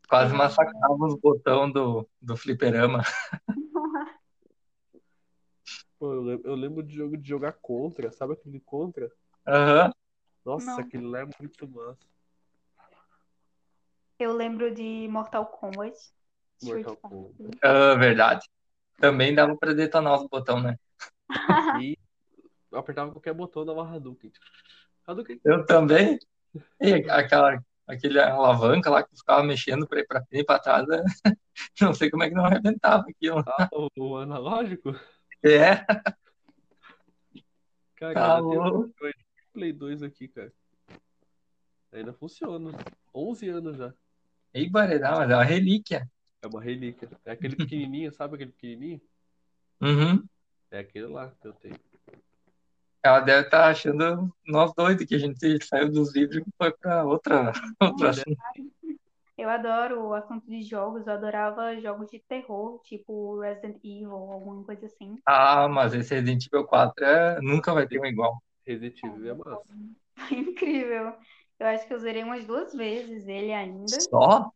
[SPEAKER 1] quase
[SPEAKER 2] eu
[SPEAKER 1] massacrava os botões do, do fliperama. <laughs>
[SPEAKER 2] jogava.
[SPEAKER 3] Pô, eu, lem- eu lembro de jogo de jogar contra, sabe aquele contra?
[SPEAKER 1] Aham.
[SPEAKER 3] Nossa,
[SPEAKER 2] Não.
[SPEAKER 3] aquele lá é muito massa.
[SPEAKER 2] Eu lembro de Mortal Kombat, Street
[SPEAKER 3] Mortal Kombat.
[SPEAKER 2] Fighter.
[SPEAKER 1] Ah, verdade. Também dava pra detonar os botões, né?
[SPEAKER 3] E eu apertava qualquer botão, dava Hadouken. Hadouken.
[SPEAKER 1] Eu também. E aquela, aquele alavanca lá que ficava mexendo para ir para frente e para trás. né? <laughs> Não sei como é que não arrebentava aquilo.
[SPEAKER 3] Ah, o, o analógico?
[SPEAKER 1] É,
[SPEAKER 3] Cara,
[SPEAKER 1] Tá
[SPEAKER 3] ainda tem um
[SPEAKER 1] louco.
[SPEAKER 3] Play- Play 2 aqui, cara. Ainda funciona. 11 anos já.
[SPEAKER 1] e barerá, mas é uma relíquia.
[SPEAKER 3] É uma relíquia. É aquele pequenininho, <laughs> sabe aquele pequenininho?
[SPEAKER 1] Uhum.
[SPEAKER 3] É aquele lá que eu tenho.
[SPEAKER 1] Ela deve estar achando nós doidos que a gente saiu dos livros e foi para outra, <laughs> outro assunto.
[SPEAKER 2] Eu adoro o assunto de jogos, eu adorava jogos de terror, tipo Resident Evil, alguma coisa assim. <laughs>
[SPEAKER 1] Ah, mas esse Resident Evil 4 é- nunca vai ter um igual.
[SPEAKER 3] Resident Evil é massa.
[SPEAKER 2] Foi incrível. Eu acho que eu zerei umas duas vezes ele ainda.
[SPEAKER 1] Só?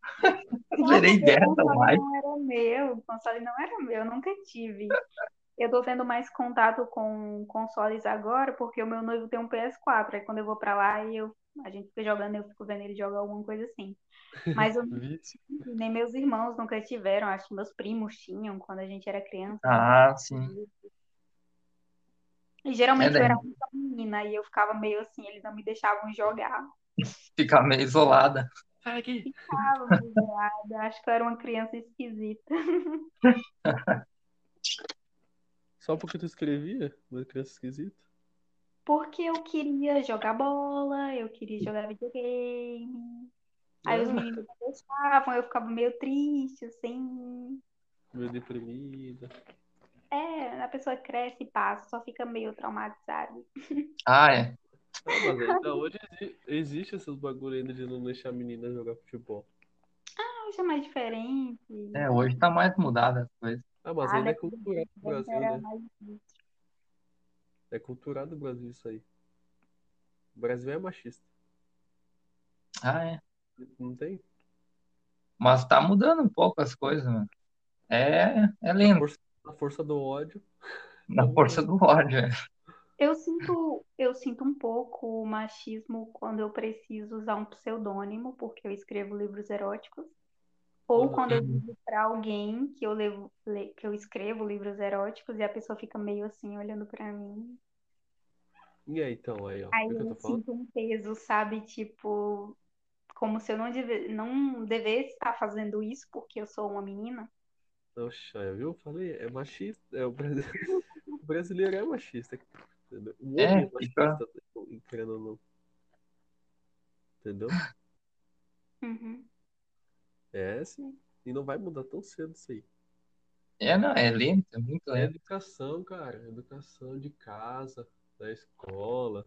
[SPEAKER 1] Zerei
[SPEAKER 2] Claro,
[SPEAKER 1] 10
[SPEAKER 2] o
[SPEAKER 1] ou
[SPEAKER 2] console
[SPEAKER 1] mais.
[SPEAKER 2] não era meu, o console não era meu, eu nunca tive. Eu tô tendo mais contato com consoles agora, porque o meu noivo tem um PS4. Aí quando eu vou pra lá e eu, a gente fica jogando, eu fico vendo ele jogar alguma coisa assim.
[SPEAKER 1] <laughs>
[SPEAKER 2] Mas eu
[SPEAKER 3] Vixe.
[SPEAKER 2] nem meus irmãos nunca tiveram, acho que meus primos tinham quando a gente era criança.
[SPEAKER 1] Ah, sim.
[SPEAKER 2] E
[SPEAKER 1] É,
[SPEAKER 2] geralmente eu
[SPEAKER 1] né?
[SPEAKER 2] era muita menina e eu ficava meio assim, eles não me deixavam jogar.
[SPEAKER 1] Ficar meio isolada.
[SPEAKER 3] Sai aqui.
[SPEAKER 2] Ah, miserável, acho que eu era uma criança esquisita.
[SPEAKER 3] Só porque tu escrevia? Uma criança esquisita.
[SPEAKER 2] Porque eu queria jogar bola, eu queria jogar videogame. Aí os
[SPEAKER 3] Ah,
[SPEAKER 2] meninos não deixavam, eu ficava meio triste, assim.
[SPEAKER 3] Meio deprimida.
[SPEAKER 2] É, a pessoa cresce e passa, só fica meio traumatizada.
[SPEAKER 1] Ah, é.
[SPEAKER 3] Ah, mas ainda hoje exi- existe esses bagulho ainda de não deixar a menina jogar futebol.
[SPEAKER 2] Hoje é mais diferente.
[SPEAKER 1] É, hoje tá mais mudada a coisa.
[SPEAKER 3] Ah, mas
[SPEAKER 2] Ah,
[SPEAKER 3] ainda é
[SPEAKER 2] né?
[SPEAKER 3] cultural do
[SPEAKER 2] Antes
[SPEAKER 3] Brasil,
[SPEAKER 2] era
[SPEAKER 3] né?
[SPEAKER 2] mais-
[SPEAKER 3] É cultural do Brasil isso aí. O Brasil é machista.
[SPEAKER 1] Ah, é.
[SPEAKER 3] Não tem?
[SPEAKER 1] Mas tá mudando um pouco as coisas, mano. É, é lento.
[SPEAKER 3] A força do ódio.
[SPEAKER 1] Na força do ódio. é.
[SPEAKER 2] Eu sinto, eu sinto um pouco o machismo quando eu preciso usar um pseudônimo, porque eu escrevo livros eróticos. Ou
[SPEAKER 3] Uhum.
[SPEAKER 2] quando eu digo pra alguém que eu, levo, le- que eu escrevo livros eróticos e a pessoa fica meio assim olhando pra mim.
[SPEAKER 3] E aí, então, aí, ó.
[SPEAKER 2] Aí
[SPEAKER 3] o que que eu
[SPEAKER 2] eu
[SPEAKER 3] tô falando?
[SPEAKER 2] sinto um peso, sabe? Tipo, como se eu não, deve, não devesse estar fazendo isso porque eu sou uma menina.
[SPEAKER 3] Oxa, viu? Eu falei, é machista. É, o, Brasil... <laughs> o brasileiro é machista. Entendeu? O homem
[SPEAKER 1] É,
[SPEAKER 3] é,
[SPEAKER 1] fica-
[SPEAKER 3] machista, né? querendo ou não. Entendeu?
[SPEAKER 2] Uhum.
[SPEAKER 3] É, sim. E não vai mudar tão cedo isso aí.
[SPEAKER 1] É, não, é lento, é muito
[SPEAKER 3] É
[SPEAKER 1] lento.
[SPEAKER 3] educação, cara. Educação de casa, da escola.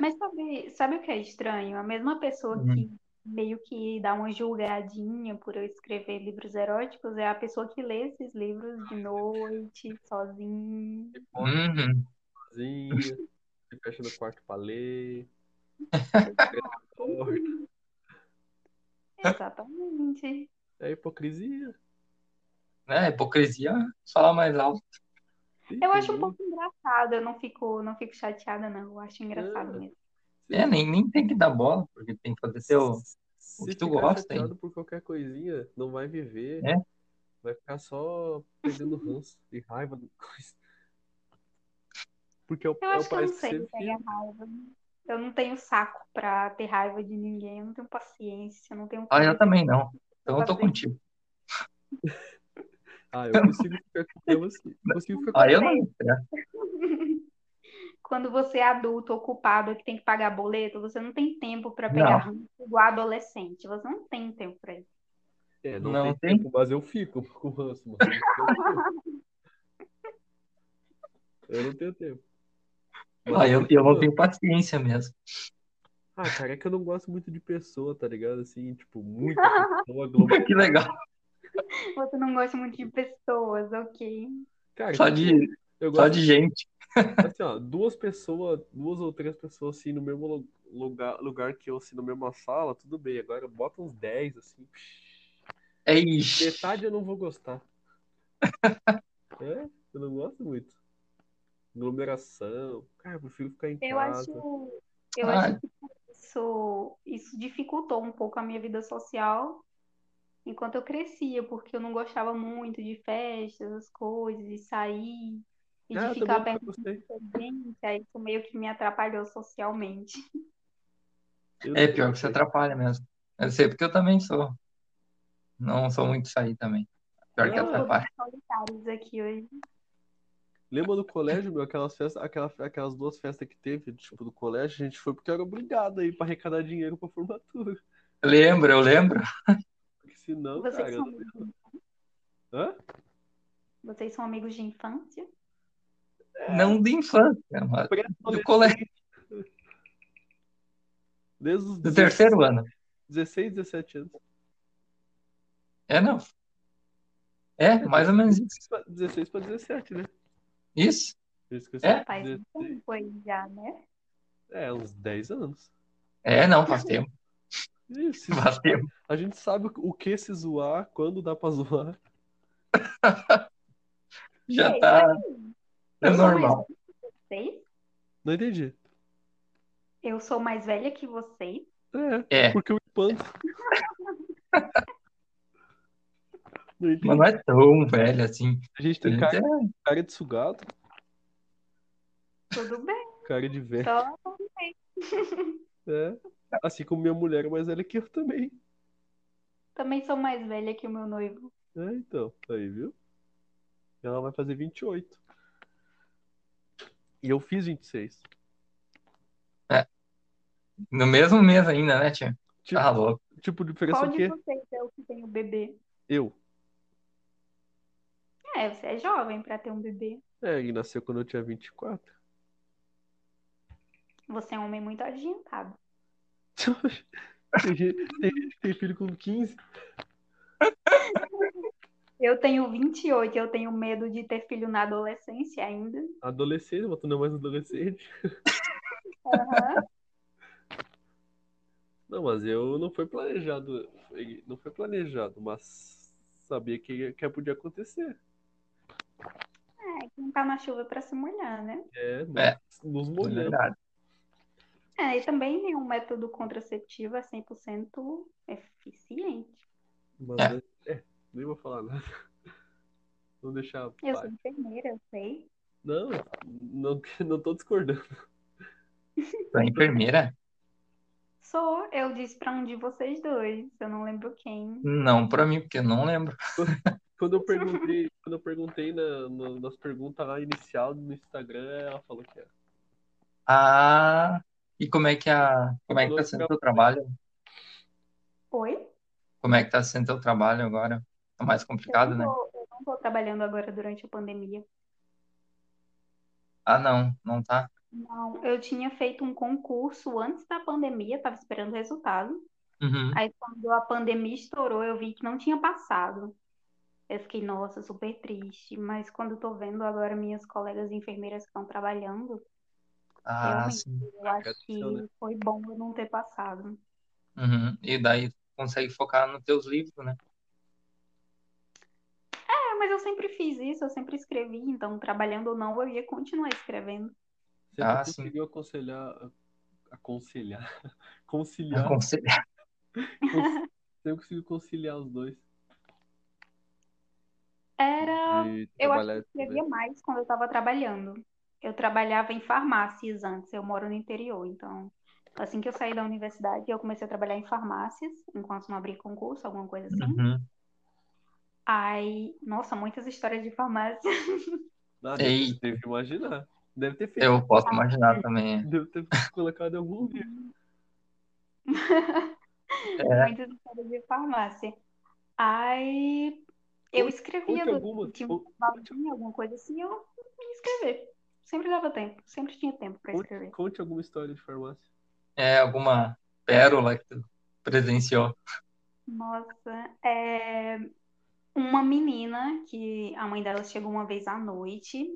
[SPEAKER 2] Mas sabe, sabe o que é estranho? A mesma pessoa
[SPEAKER 3] Hum.
[SPEAKER 1] Uhum.
[SPEAKER 2] que meio que dá uma julgadinha por eu escrever livros eróticos é a pessoa que lê esses livros de noite,
[SPEAKER 3] <laughs>
[SPEAKER 2] sozinha.
[SPEAKER 1] Uhum.
[SPEAKER 3] Sozinha. Se fecha no quarto pra
[SPEAKER 1] <laughs>
[SPEAKER 3] ler.
[SPEAKER 2] Exatamente.
[SPEAKER 3] É hipocrisia.
[SPEAKER 1] Né? Hipocrisia, fala mais alto.
[SPEAKER 2] Eu acho um
[SPEAKER 3] entendeu?
[SPEAKER 2] pouco engraçado, eu não fico, não fico chateada, não. Eu acho engraçado
[SPEAKER 3] É.
[SPEAKER 2] mesmo.
[SPEAKER 1] É, nem, nem tem que dar bola, porque tem que fazer seu.
[SPEAKER 3] Se
[SPEAKER 1] o que tu
[SPEAKER 3] ficar
[SPEAKER 1] gosta, hein?
[SPEAKER 3] chateado por qualquer coisinha, não vai viver.
[SPEAKER 1] É.
[SPEAKER 3] Vai ficar só pegando ranço e raiva do coisa. Porque é o,
[SPEAKER 2] Eu
[SPEAKER 3] é
[SPEAKER 2] acho
[SPEAKER 3] o
[SPEAKER 2] que eu não
[SPEAKER 3] país que
[SPEAKER 2] sei
[SPEAKER 3] você
[SPEAKER 2] pegar
[SPEAKER 3] vive.
[SPEAKER 2] raiva. Eu não tenho saco pra ter raiva de ninguém. Eu não tenho paciência. Eu não tenho.
[SPEAKER 1] Ah, eu
[SPEAKER 2] tempo.
[SPEAKER 1] também não. Então eu tô
[SPEAKER 2] Paciência.
[SPEAKER 1] contigo.
[SPEAKER 3] Ah, eu consigo ficar com eu assim. Consigo ficar com
[SPEAKER 1] Ah, eu não me estresso.
[SPEAKER 2] Quando você é adulto, ocupado, que tem que pagar boleto, você não tem tempo pra pegar ranço igual adolescente. Você não tem tempo pra isso.
[SPEAKER 3] É, não,
[SPEAKER 1] Não
[SPEAKER 3] tem,
[SPEAKER 1] tem?
[SPEAKER 3] tempo, mas eu fico <laughs> com ranço, mano. Eu não tenho tempo.
[SPEAKER 1] Ah, eu, eu não tenho paciência mesmo. <laughs>
[SPEAKER 3] Ah, cara, é que eu não gosto muito de pessoa, tá ligado? Assim, tipo, muita
[SPEAKER 1] <laughs>
[SPEAKER 3] pessoa aglomerada.
[SPEAKER 1] Que legal.
[SPEAKER 2] Você não gosta muito de pessoas, ok?
[SPEAKER 3] Cara, tipo,
[SPEAKER 1] Só de,
[SPEAKER 3] eu
[SPEAKER 1] só
[SPEAKER 3] gosto
[SPEAKER 1] de gente.
[SPEAKER 3] Assim, ó, duas pessoas, duas ou três pessoas assim no mesmo lu- lugar, lugar que eu, assim, na mesma sala, tudo bem. Agora bota uns 10, assim.
[SPEAKER 1] É isso.
[SPEAKER 3] Metade eu não vou gostar. É, eu não gosto muito. Aglomeração. Cara, eu prefiro ficar em
[SPEAKER 2] Eu acho,
[SPEAKER 3] casa.
[SPEAKER 2] eu
[SPEAKER 1] Ah.
[SPEAKER 2] acho que isso, isso dificultou um pouco a minha vida social enquanto eu crescia, porque eu não gostava muito de festas, essas coisas, de sair e
[SPEAKER 3] Ah,
[SPEAKER 2] de
[SPEAKER 3] eu
[SPEAKER 2] ficar
[SPEAKER 3] também
[SPEAKER 2] perto
[SPEAKER 3] nunca gostei.
[SPEAKER 2] de gente. Aí isso meio que me atrapalhou socialmente.
[SPEAKER 3] Eu
[SPEAKER 1] É
[SPEAKER 3] não
[SPEAKER 1] pior que você
[SPEAKER 3] sei.
[SPEAKER 1] atrapalha mesmo. Eu sei, porque eu também sou. Não sou muito sair também. Pior que
[SPEAKER 3] Ah.
[SPEAKER 1] atrapalha.
[SPEAKER 2] Solitários aqui hoje.
[SPEAKER 3] Lembra do colégio, meu? Aquelas festas, aquela, aquelas duas festas que teve, tipo, do colégio, a gente foi porque era obrigado aí pra arrecadar dinheiro pra formatura.
[SPEAKER 1] Lembro, eu lembro.
[SPEAKER 3] Porque senão, cara.
[SPEAKER 2] Vocês
[SPEAKER 3] eu
[SPEAKER 2] são,
[SPEAKER 3] não- Hã?
[SPEAKER 2] vocês são amigos de infância? É.
[SPEAKER 1] Não de infância, mas do colégio,
[SPEAKER 3] Desde os
[SPEAKER 1] do terceiro ano.
[SPEAKER 3] 16, 17 anos.
[SPEAKER 1] É, não. É, mais ou menos isso.
[SPEAKER 3] 16 pra- 16 pra 17, né?
[SPEAKER 1] Isso.
[SPEAKER 3] Eu esqueci.
[SPEAKER 1] É?
[SPEAKER 2] Faz um tempo aí já, né?
[SPEAKER 3] É, uns 10 anos.
[SPEAKER 1] É, não, faz tempo. <laughs>
[SPEAKER 3] Ih, se-
[SPEAKER 1] Faz tempo.
[SPEAKER 3] A gente sabe o que se zoar, quando dá pra zoar.
[SPEAKER 1] Já tá. É
[SPEAKER 2] Eu sou mais
[SPEAKER 1] normal.
[SPEAKER 2] velha que vocês?
[SPEAKER 3] Não entendi.
[SPEAKER 2] Eu sou mais velha que vocês?
[SPEAKER 3] É,
[SPEAKER 1] É,
[SPEAKER 3] porque eu espanto. <laughs> Não entendi.
[SPEAKER 1] mas não é tão velho assim.
[SPEAKER 3] A gente
[SPEAKER 1] A
[SPEAKER 3] tem
[SPEAKER 1] gente
[SPEAKER 3] cara,
[SPEAKER 1] é-
[SPEAKER 3] cara de sugado,
[SPEAKER 2] Tudo bem,
[SPEAKER 3] cara de velho.
[SPEAKER 2] só
[SPEAKER 3] É. Assim como minha mulher é mais velha que eu também.
[SPEAKER 2] também sou mais velha que o meu noivo.
[SPEAKER 3] É, então, aí, viu? Ela vai fazer 28. E eu fiz 26.
[SPEAKER 1] No mesmo mês ainda, né, tia?
[SPEAKER 3] Tipo,
[SPEAKER 1] Tá louco.
[SPEAKER 3] tipo diferença
[SPEAKER 2] Qual
[SPEAKER 3] o
[SPEAKER 2] de
[SPEAKER 3] quê?
[SPEAKER 2] vocês é o que tem o bebê?
[SPEAKER 3] Eu.
[SPEAKER 2] É, você é jovem pra ter um bebê.
[SPEAKER 3] É, ele nasceu quando eu tinha 24.
[SPEAKER 2] Você é um homem muito adiantado.
[SPEAKER 3] <laughs> Tem gente tem gente que tem filho com 15.
[SPEAKER 2] Eu tenho 28, eu tenho medo de ter filho na adolescência ainda.
[SPEAKER 3] Adolescente, mas tu não é mais adolescente.
[SPEAKER 2] Aham.
[SPEAKER 3] <laughs> Não, mas eu não foi planejado. ele Não foi planejado, mas sabia que, que podia acontecer.
[SPEAKER 2] É, que não tá na chuva pra se molhar, né?
[SPEAKER 3] É, nos,
[SPEAKER 1] É.
[SPEAKER 3] nos
[SPEAKER 1] É
[SPEAKER 3] molhamos.
[SPEAKER 1] verdade.
[SPEAKER 2] É, e também nenhum método contraceptivo é 100% eficiente.
[SPEAKER 3] Mas é. nem vou falar nada. <laughs> Vou deixar.
[SPEAKER 2] Eu
[SPEAKER 3] pá.
[SPEAKER 2] sou enfermeira, eu sei.
[SPEAKER 3] Não, não, <laughs> não tô discordando.
[SPEAKER 1] Tu é enfermeira?
[SPEAKER 2] Sou, eu disse pra um de vocês dois, eu não lembro quem.
[SPEAKER 1] Não, pra mim, porque eu não lembro.
[SPEAKER 3] Quando eu perguntei, quando eu perguntei na, na- nas perguntas lá inicial no Instagram, ela falou que era.
[SPEAKER 1] Ah, e como é que a, como é que tá sendo teu trabalho?
[SPEAKER 2] Oi?
[SPEAKER 1] Como é que tá sendo teu trabalho agora? Tá mais
[SPEAKER 2] Eu
[SPEAKER 1] complicado,
[SPEAKER 2] não
[SPEAKER 1] né?
[SPEAKER 2] tô- eu não tô trabalhando agora durante a pandemia.
[SPEAKER 1] Ah, não, não tá.
[SPEAKER 2] Não, eu tinha feito um concurso antes da pandemia, estava esperando o resultado.
[SPEAKER 1] Uhum.
[SPEAKER 2] Aí, quando a pandemia estourou, eu vi que não tinha passado. Eu fiquei, nossa, super triste. Mas quando eu tô vendo agora minhas colegas enfermeiras que estão trabalhando,
[SPEAKER 1] Ah,
[SPEAKER 2] realmente.
[SPEAKER 1] sim.
[SPEAKER 2] eu acho que
[SPEAKER 3] Agradeceu, né?
[SPEAKER 2] foi bom eu não ter passado.
[SPEAKER 1] Uhum. E daí tu consegue focar nos teus livros, né?
[SPEAKER 2] É, mas eu sempre fiz isso, eu sempre escrevi. Então, trabalhando ou não, eu ia continuar escrevendo.
[SPEAKER 3] Você
[SPEAKER 1] Ah, sim.
[SPEAKER 3] conseguiu aconselhar. Aconselhar. <laughs> Conciliar.
[SPEAKER 1] Aconselho.
[SPEAKER 3] Cons- Você conseguiu conciliar os dois.
[SPEAKER 2] Era. Ah,
[SPEAKER 3] De
[SPEAKER 2] Eu acho
[SPEAKER 3] trabalhar
[SPEAKER 2] que eu
[SPEAKER 3] e estudar.
[SPEAKER 2] escrevia mais quando eu estava trabalhando. Eu trabalhava em farmácias antes, eu moro no interior, então assim que eu saí da universidade, eu comecei a trabalhar em farmácias, enquanto não abri concurso, alguma coisa assim.
[SPEAKER 1] Uhum.
[SPEAKER 2] Aí, nossa, muitas histórias de farmácia.
[SPEAKER 3] Ah,
[SPEAKER 1] Ei.
[SPEAKER 3] deve, deve imaginar. Deve ter feito.
[SPEAKER 1] Eu posso imaginar também.
[SPEAKER 3] Deve
[SPEAKER 1] <laughs>
[SPEAKER 3] ter colocado em algum lugar.
[SPEAKER 2] <laughs> Muitas histórias de farmácia. Aí eu escrevia
[SPEAKER 3] Conte
[SPEAKER 2] do-
[SPEAKER 3] alguma.
[SPEAKER 2] tinha
[SPEAKER 3] con-
[SPEAKER 2] um balzinho, alguma coisa assim, eu ia escrever. Sempre dava tempo, sempre tinha tempo para
[SPEAKER 3] Conte,
[SPEAKER 2] escrever.
[SPEAKER 3] conte alguma história de farmácia.
[SPEAKER 1] É alguma pérola que tu presenciou.
[SPEAKER 2] Nossa, é uma menina que a mãe dela chegou uma vez à noite.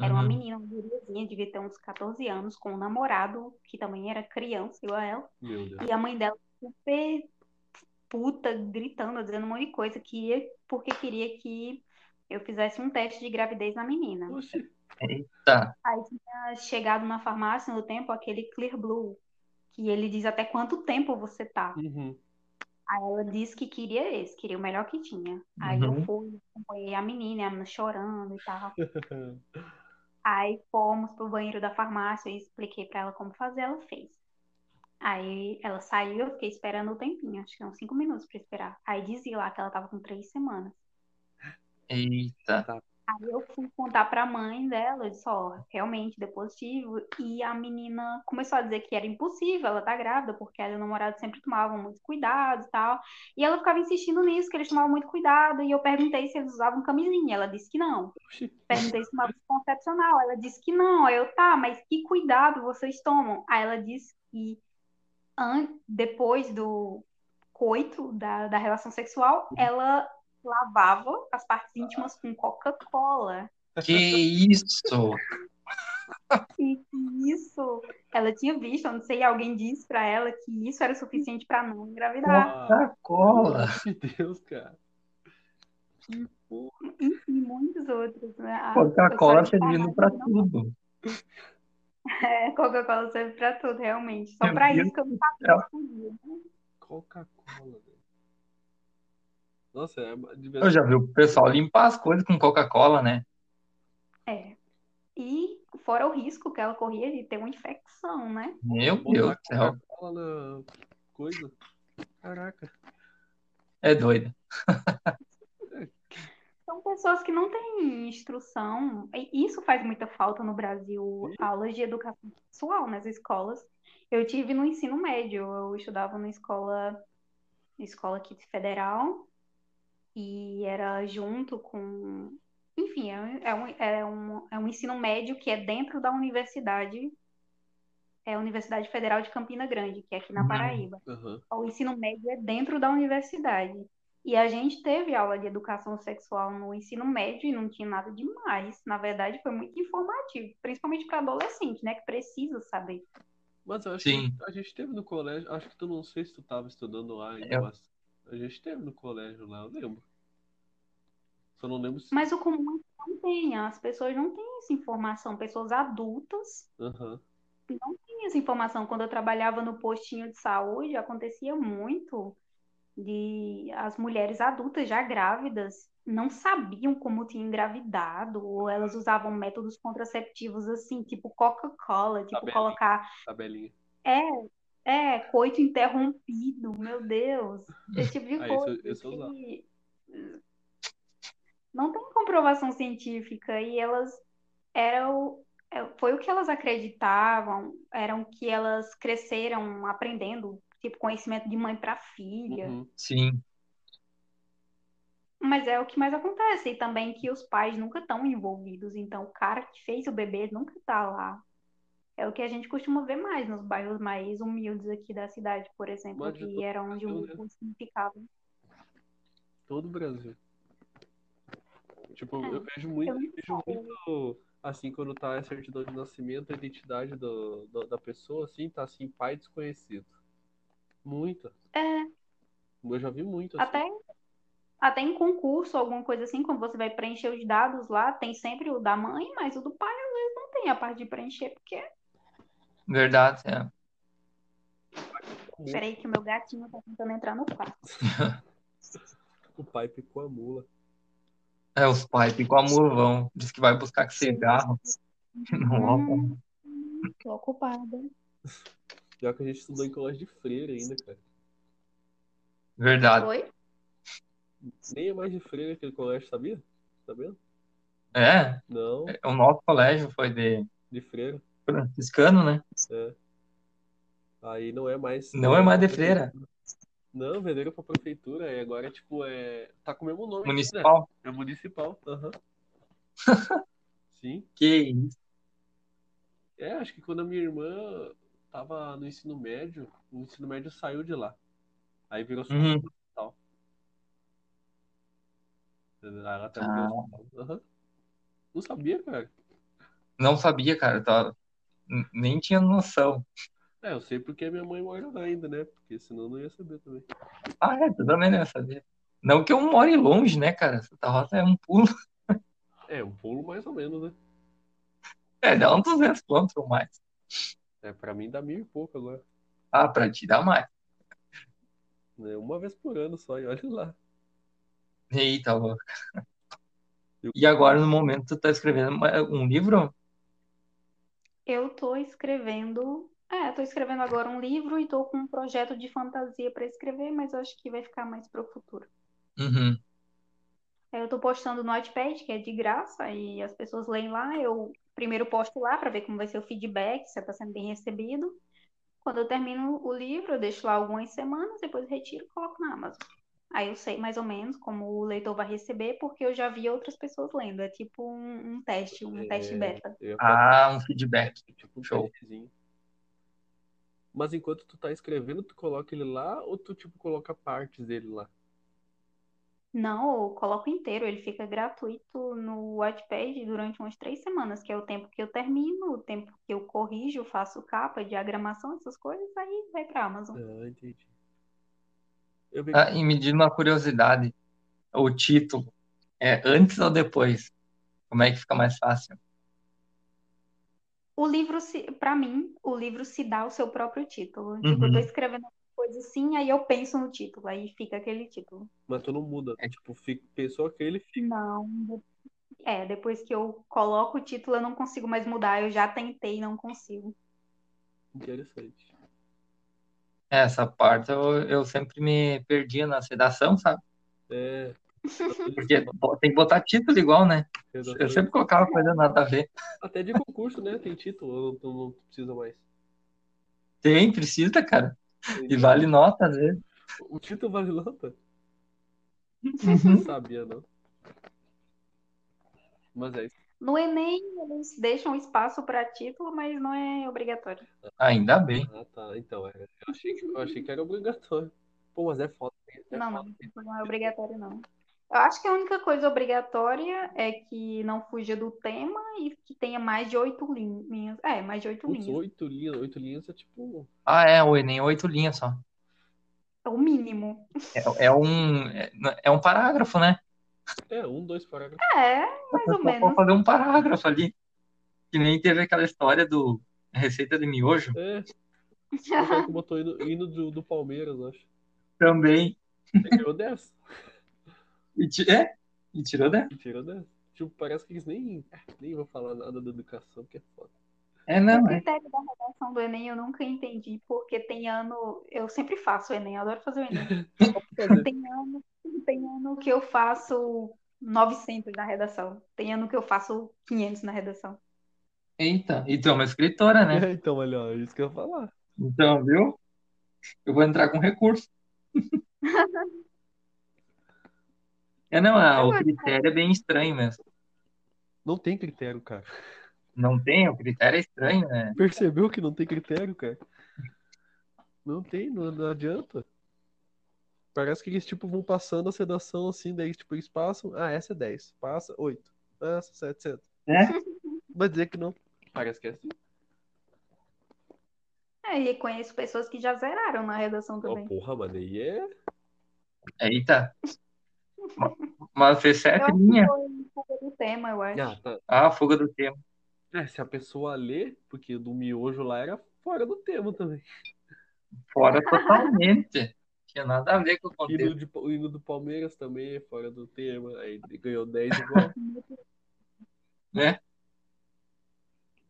[SPEAKER 2] Era uma
[SPEAKER 1] Uhum.
[SPEAKER 2] menina, uma guriazinha, devia ter uns 14 anos, com um namorado que também era criança, igual a ela.
[SPEAKER 3] Meu Deus.
[SPEAKER 2] E a mãe dela super puta, gritando, dizendo um monte de coisa, queria, porque queria que eu fizesse um teste de gravidez na menina.
[SPEAKER 3] Oxi,
[SPEAKER 1] Tá.
[SPEAKER 2] Aí tinha chegado na farmácia no tempo aquele Clear Blue, que ele diz até quanto tempo você tá.
[SPEAKER 3] uhum.
[SPEAKER 2] Ela disse que queria esse, queria o melhor que tinha. Aí eu
[SPEAKER 1] Uhum.
[SPEAKER 2] fui, acompanhei a menina, a menina chorando e tal. Aí fomos pro banheiro da farmácia e expliquei pra ela como fazer, ela fez. Aí ela saiu, eu fiquei esperando um tempinho, acho que uns cinco minutos pra esperar. Aí dizia lá que ela tava com três semanas.
[SPEAKER 1] Eita.
[SPEAKER 2] Aí eu fui contar pra mãe dela, eu disse, ó, realmente deu positivo. E a menina começou a dizer que era impossível, ela tá grávida, porque ela e o namorado sempre tomavam muito cuidado e tal. E ela ficava insistindo nisso, que eles tomavam muito cuidado. E eu perguntei se eles usavam camisinha, ela disse que não. Perguntei se tomava concepcional, ela disse que não. Aí eu, tá, mas que cuidado vocês tomam? Aí ela disse que an- depois do coito, da, da relação sexual, ela lavava as
[SPEAKER 1] Ah.
[SPEAKER 2] partes íntimas com Coca-Cola.
[SPEAKER 1] Que
[SPEAKER 2] <laughs>
[SPEAKER 1] isso?
[SPEAKER 2] E isso, ela tinha visto, eu não sei, alguém disse pra ela que isso era o suficiente pra não engravidar.
[SPEAKER 3] Ah, pelo
[SPEAKER 1] Tá. Coca-Cola.
[SPEAKER 3] amor de Deus, cara. Que porra.
[SPEAKER 2] E, e muitos outros, né? A-
[SPEAKER 1] Coca-Cola
[SPEAKER 2] eu só de
[SPEAKER 1] servindo pra
[SPEAKER 2] falar, não,
[SPEAKER 1] tudo.
[SPEAKER 2] é, Coca-Cola serve pra tudo, realmente. Só
[SPEAKER 1] Meu
[SPEAKER 2] pra
[SPEAKER 1] Deus
[SPEAKER 2] isso que eu não
[SPEAKER 1] céu.
[SPEAKER 2] sabia. que podia.
[SPEAKER 3] Coca-Cola, velho. Nossa, é uma- de
[SPEAKER 1] Eu
[SPEAKER 3] verdade.
[SPEAKER 1] já vi o pessoal limpar as coisas com Coca-Cola, né?
[SPEAKER 2] É. E fora o risco que ela corria de ter uma infecção, né?
[SPEAKER 1] Meu Deus
[SPEAKER 3] botar
[SPEAKER 1] do céu.
[SPEAKER 3] Coca-Cola na coisa. Caraca.
[SPEAKER 1] É doido.
[SPEAKER 2] São pessoas que não têm instrução. E isso faz muita falta no Brasil, aulas de educação sexual nas escolas. Eu tive no ensino médio, eu estudava numa escola, escola aqui federal, e era junto com. Enfim, é um, é, um, é, um, é um ensino médio que é dentro da universidade, é a Universidade Federal de Campina Grande, que é aqui na
[SPEAKER 1] Uhum.
[SPEAKER 2] Paraíba
[SPEAKER 3] Aham.
[SPEAKER 2] o ensino médio é dentro da universidade. E a gente teve aula de educação sexual no ensino médio e não tinha nada demais. Na verdade, foi muito informativo, principalmente para adolescente, né, que precisa saber.
[SPEAKER 3] Mas eu acho
[SPEAKER 1] Sim.
[SPEAKER 3] que a gente teve no colégio. Acho que tu não sei se tu tava estudando lá ainda,
[SPEAKER 1] Eu-
[SPEAKER 3] mas a gente teve no colégio lá, eu lembro. Só não lembro se.
[SPEAKER 2] Mas o comum é que não tem, as pessoas não têm essa informação, pessoas adultas
[SPEAKER 3] Aham.
[SPEAKER 2] não têm essa informação. Quando eu trabalhava no postinho de saúde, acontecia muito de as mulheres adultas já grávidas não sabiam como tinham engravidado, ou elas usavam métodos contraceptivos assim, tipo Coca-Cola, tipo
[SPEAKER 3] Tabelinha.
[SPEAKER 2] colocar
[SPEAKER 3] Tabelinha.
[SPEAKER 2] é, coito interrompido, meu Deus, esse tipo de
[SPEAKER 3] <laughs> Ah, isso-
[SPEAKER 2] coisa
[SPEAKER 3] isso eu usava.
[SPEAKER 2] que não tem comprovação científica e elas eram é, foi o que elas acreditavam, eram o que elas cresceram aprendendo, tipo conhecimento de mãe para filha.
[SPEAKER 3] Uhum.
[SPEAKER 1] Sim.
[SPEAKER 2] Mas é o que mais acontece, e também que os pais nunca estão envolvidos, então o cara que fez o bebê nunca tá lá. É o que a gente costuma ver mais nos bairros mais humildes aqui da cidade, por exemplo,
[SPEAKER 3] Mas de todo
[SPEAKER 2] que era onde um o
[SPEAKER 3] Brasil, né?
[SPEAKER 2] cursinho ficava.
[SPEAKER 3] Todo o Brasil. Tipo,
[SPEAKER 2] É,
[SPEAKER 3] eu vejo muito,
[SPEAKER 2] eu não
[SPEAKER 3] vejo
[SPEAKER 2] sei.
[SPEAKER 3] muito assim, quando tá a certidão de nascimento, a identidade do, do- da pessoa, assim, tá assim, pai desconhecido. Muita.
[SPEAKER 2] É,
[SPEAKER 3] Assim. Eu já vi muito, assim.
[SPEAKER 2] até, até em concurso, alguma coisa assim, quando você vai preencher os dados lá, tem sempre o da mãe, mas o do pai às vezes não tem a parte de preencher, porque.
[SPEAKER 1] Verdade, é.
[SPEAKER 2] Peraí, que o meu gatinho tá tentando entrar no quarto.
[SPEAKER 3] O pai picou a mula.
[SPEAKER 1] É, os pais ficam a mulvão. Diz que vai buscar cigarro. <laughs> Não, álcool.
[SPEAKER 2] Hum, tô ocupada.
[SPEAKER 3] Pior que a gente estudou em colégio de freira ainda, cara. Ah,
[SPEAKER 1] Verdade.
[SPEAKER 2] Oi?
[SPEAKER 3] Nem é mais de freira aquele colégio, sabia? Tá vendo?
[SPEAKER 1] É,
[SPEAKER 3] Não,
[SPEAKER 1] o nosso colégio foi de
[SPEAKER 3] de freira.
[SPEAKER 1] franciscano, né?
[SPEAKER 3] É. Aí não é mais.
[SPEAKER 1] Não é mais de freira.
[SPEAKER 3] Não, venderam pra prefeitura. E agora, tipo, é. Tá com o mesmo nome. ainda.
[SPEAKER 1] Municipal.
[SPEAKER 3] É municipal.
[SPEAKER 1] <laughs>
[SPEAKER 3] Aham. Sim.
[SPEAKER 1] Que isso.
[SPEAKER 3] É, acho que quando a minha irmã tava no ensino médio, o ensino médio saiu de lá. Aí virou só
[SPEAKER 1] Uhum.
[SPEAKER 3] hospital. Ela até
[SPEAKER 1] Ah.
[SPEAKER 3] mudou o hospital. Aham. Não sabia, cara.
[SPEAKER 1] Não sabia, cara. eu Tava... Nem tinha noção.
[SPEAKER 3] É, eu sei porque minha mãe mora lá ainda, né? Porque senão eu não ia saber também.
[SPEAKER 1] Ah, é, tu também não ia saber. Não que eu more longe, né, cara? Santa Rosa é um pulo. <laughs>
[SPEAKER 3] É, um pulo mais ou menos, né?
[SPEAKER 1] É, dá uns 200 quilômetros ou mais.
[SPEAKER 3] É, pra mim dá mil e pouco agora.
[SPEAKER 1] Ah, pra te dar mais.
[SPEAKER 3] né? Uma vez por ano só, e olha lá.
[SPEAKER 1] Eita, louco.
[SPEAKER 3] Eu-
[SPEAKER 1] E agora, no momento, tu tá escrevendo uma- um livro?
[SPEAKER 2] Eu tô escrevendo É, estou escrevendo agora um livro e estou com um projeto de fantasia para escrever, mas eu acho que vai ficar mais para o futuro.
[SPEAKER 1] Uhum.
[SPEAKER 2] Aí Eu estou postando no Notepad, que é de graça, e as pessoas leem lá. Eu primeiro posto lá para ver como vai ser o feedback, se está sendo bem recebido. Quando eu termino o livro, eu deixo lá algumas semanas, depois retiro e coloco na Amazon. Aí eu sei mais ou menos como o leitor vai receber, porque eu já vi outras pessoas lendo. É tipo um, um teste, um teste
[SPEAKER 3] É,
[SPEAKER 2] beta.
[SPEAKER 3] eu ia falar
[SPEAKER 1] Ah, um feedback.
[SPEAKER 3] tipo um
[SPEAKER 1] Show.
[SPEAKER 3] testezinho. Mas enquanto tu tá escrevendo, tu coloca ele lá ou tu, tipo, coloca partes dele lá?
[SPEAKER 2] Não, eu coloco inteiro, ele fica gratuito no Wattpad durante umas três semanas, que é o tempo que eu termino, o tempo que eu corrijo, faço capa, diagramação, essas coisas, aí vai pra Amazon.
[SPEAKER 3] Ah, entendi. Eu vi
[SPEAKER 1] Ah, e me diz uma curiosidade, o título é antes ou depois? Como é que fica mais fácil?
[SPEAKER 2] O livro, se, para mim, o livro se dá o seu próprio título. Tipo, eu
[SPEAKER 1] Uhum.
[SPEAKER 2] tô escrevendo uma coisa assim, aí eu penso no título, aí fica aquele título.
[SPEAKER 3] Mas tu não muda.
[SPEAKER 1] É.
[SPEAKER 3] Tipo, fica, pensou aquele, fica.
[SPEAKER 2] Não. É, depois que eu coloco o título, eu não consigo mais mudar, eu já tentei, não consigo.
[SPEAKER 3] Interessante.
[SPEAKER 1] É, Essa parte eu, eu sempre me perdia na sedação, sabe?
[SPEAKER 3] É,
[SPEAKER 1] Porque bo- tem que botar título igual, né? Eu
[SPEAKER 3] exatamente.
[SPEAKER 1] sempre colocava coisa nada a ver.
[SPEAKER 3] Até de concurso, né? Tem título, ou não, não precisa mais.
[SPEAKER 1] Tem, precisa, cara.
[SPEAKER 3] Tem
[SPEAKER 1] E
[SPEAKER 3] título.
[SPEAKER 1] vale nota, às vezes.
[SPEAKER 3] O título vale lata? Não
[SPEAKER 1] Uhum.
[SPEAKER 3] sabia, não. Mas é isso.
[SPEAKER 2] No Enem, eles deixam espaço para título, mas não é obrigatório.
[SPEAKER 1] Ainda bem.
[SPEAKER 3] Ah, tá. Então, é. Eu achei que, eu achei que era obrigatório. Pô, mas é foda. É
[SPEAKER 2] Não,
[SPEAKER 3] foda.
[SPEAKER 2] não, não é obrigatório, não. Eu acho que a única coisa obrigatória é que não fuja do tema e que tenha mais de oito lin- linhas. É, mais de oito
[SPEAKER 3] Putz,
[SPEAKER 2] linhas.
[SPEAKER 3] oito linhas. Oito linhas é tipo.
[SPEAKER 1] Ah, é, o Enem, oito linhas só.
[SPEAKER 2] É o mínimo.
[SPEAKER 1] É, é um, é, é um parágrafo, né?
[SPEAKER 3] É, um, dois parágrafos.
[SPEAKER 2] É,
[SPEAKER 1] A
[SPEAKER 3] <laughs>
[SPEAKER 2] mais ou
[SPEAKER 1] pessoa pode
[SPEAKER 2] menos.
[SPEAKER 1] fazer um parágrafo ali. Que nem teve aquela história do Receita de Miojo.
[SPEAKER 3] É, o cara que botou hino, hino do, do Palmeiras, eu acho.
[SPEAKER 1] Também.
[SPEAKER 3] Ele tirou 10.
[SPEAKER 1] E, ti- é, e tirou, né?
[SPEAKER 3] Ele tirou 10. Tipo, parece que eles nem, nem vão falar nada da educação, que é foda.
[SPEAKER 1] É,
[SPEAKER 2] O <laughs>
[SPEAKER 1] não, é.
[SPEAKER 2] critério da redação do Enem eu nunca entendi, porque tem ano. Eu sempre faço o Enem, eu adoro fazer o
[SPEAKER 3] <laughs>
[SPEAKER 2] Enem.
[SPEAKER 3] Só pra fazer.
[SPEAKER 2] Tem ano, tem ano que eu faço 900 na redação. Tem ano que eu faço 500 na redação.
[SPEAKER 1] Eita, e tu é uma escritora, né?
[SPEAKER 3] <laughs> É, então, olha, ó, isso que eu ia falar.
[SPEAKER 1] Então, viu? Eu vou entrar com
[SPEAKER 2] <laughs>
[SPEAKER 1] recurso. É, não, ah, o critério é bem estranho mesmo.
[SPEAKER 3] Não tem critério, cara.
[SPEAKER 1] Não tem, o critério é estranho, né?
[SPEAKER 3] <laughs> Percebeu que não tem critério, cara? Não tem, não, não adianta. Parece que eles, tipo, vão passando a sedação assim, daí, tipo, eles passam. Ah, essa é 10. Passa, 8. Passa, 700.
[SPEAKER 1] É,
[SPEAKER 3] <laughs> Vai dizer que não. Parece que é assim.
[SPEAKER 2] É, e conheço pessoas que já zeraram na redação
[SPEAKER 3] Ó,
[SPEAKER 2] também.
[SPEAKER 3] porra, mano, aí é.
[SPEAKER 1] eita. Ma- Mas fez
[SPEAKER 2] <laughs> Eu
[SPEAKER 1] sete
[SPEAKER 2] acho que
[SPEAKER 1] linhas.
[SPEAKER 2] foi um pouco do tema, eu
[SPEAKER 3] Ah,
[SPEAKER 2] acho.
[SPEAKER 3] tá.
[SPEAKER 1] Ah, fuga do tempo.
[SPEAKER 3] É, se a pessoa lê, porque do miojo lá era fora do tema também.
[SPEAKER 1] Fora
[SPEAKER 2] <laughs>
[SPEAKER 1] totalmente. Tinha nada a ver com o
[SPEAKER 3] E
[SPEAKER 1] contexto.
[SPEAKER 3] no, de- o hino do Palmeiras também é fora do tema. Aí ganhou 10 igual.
[SPEAKER 1] né?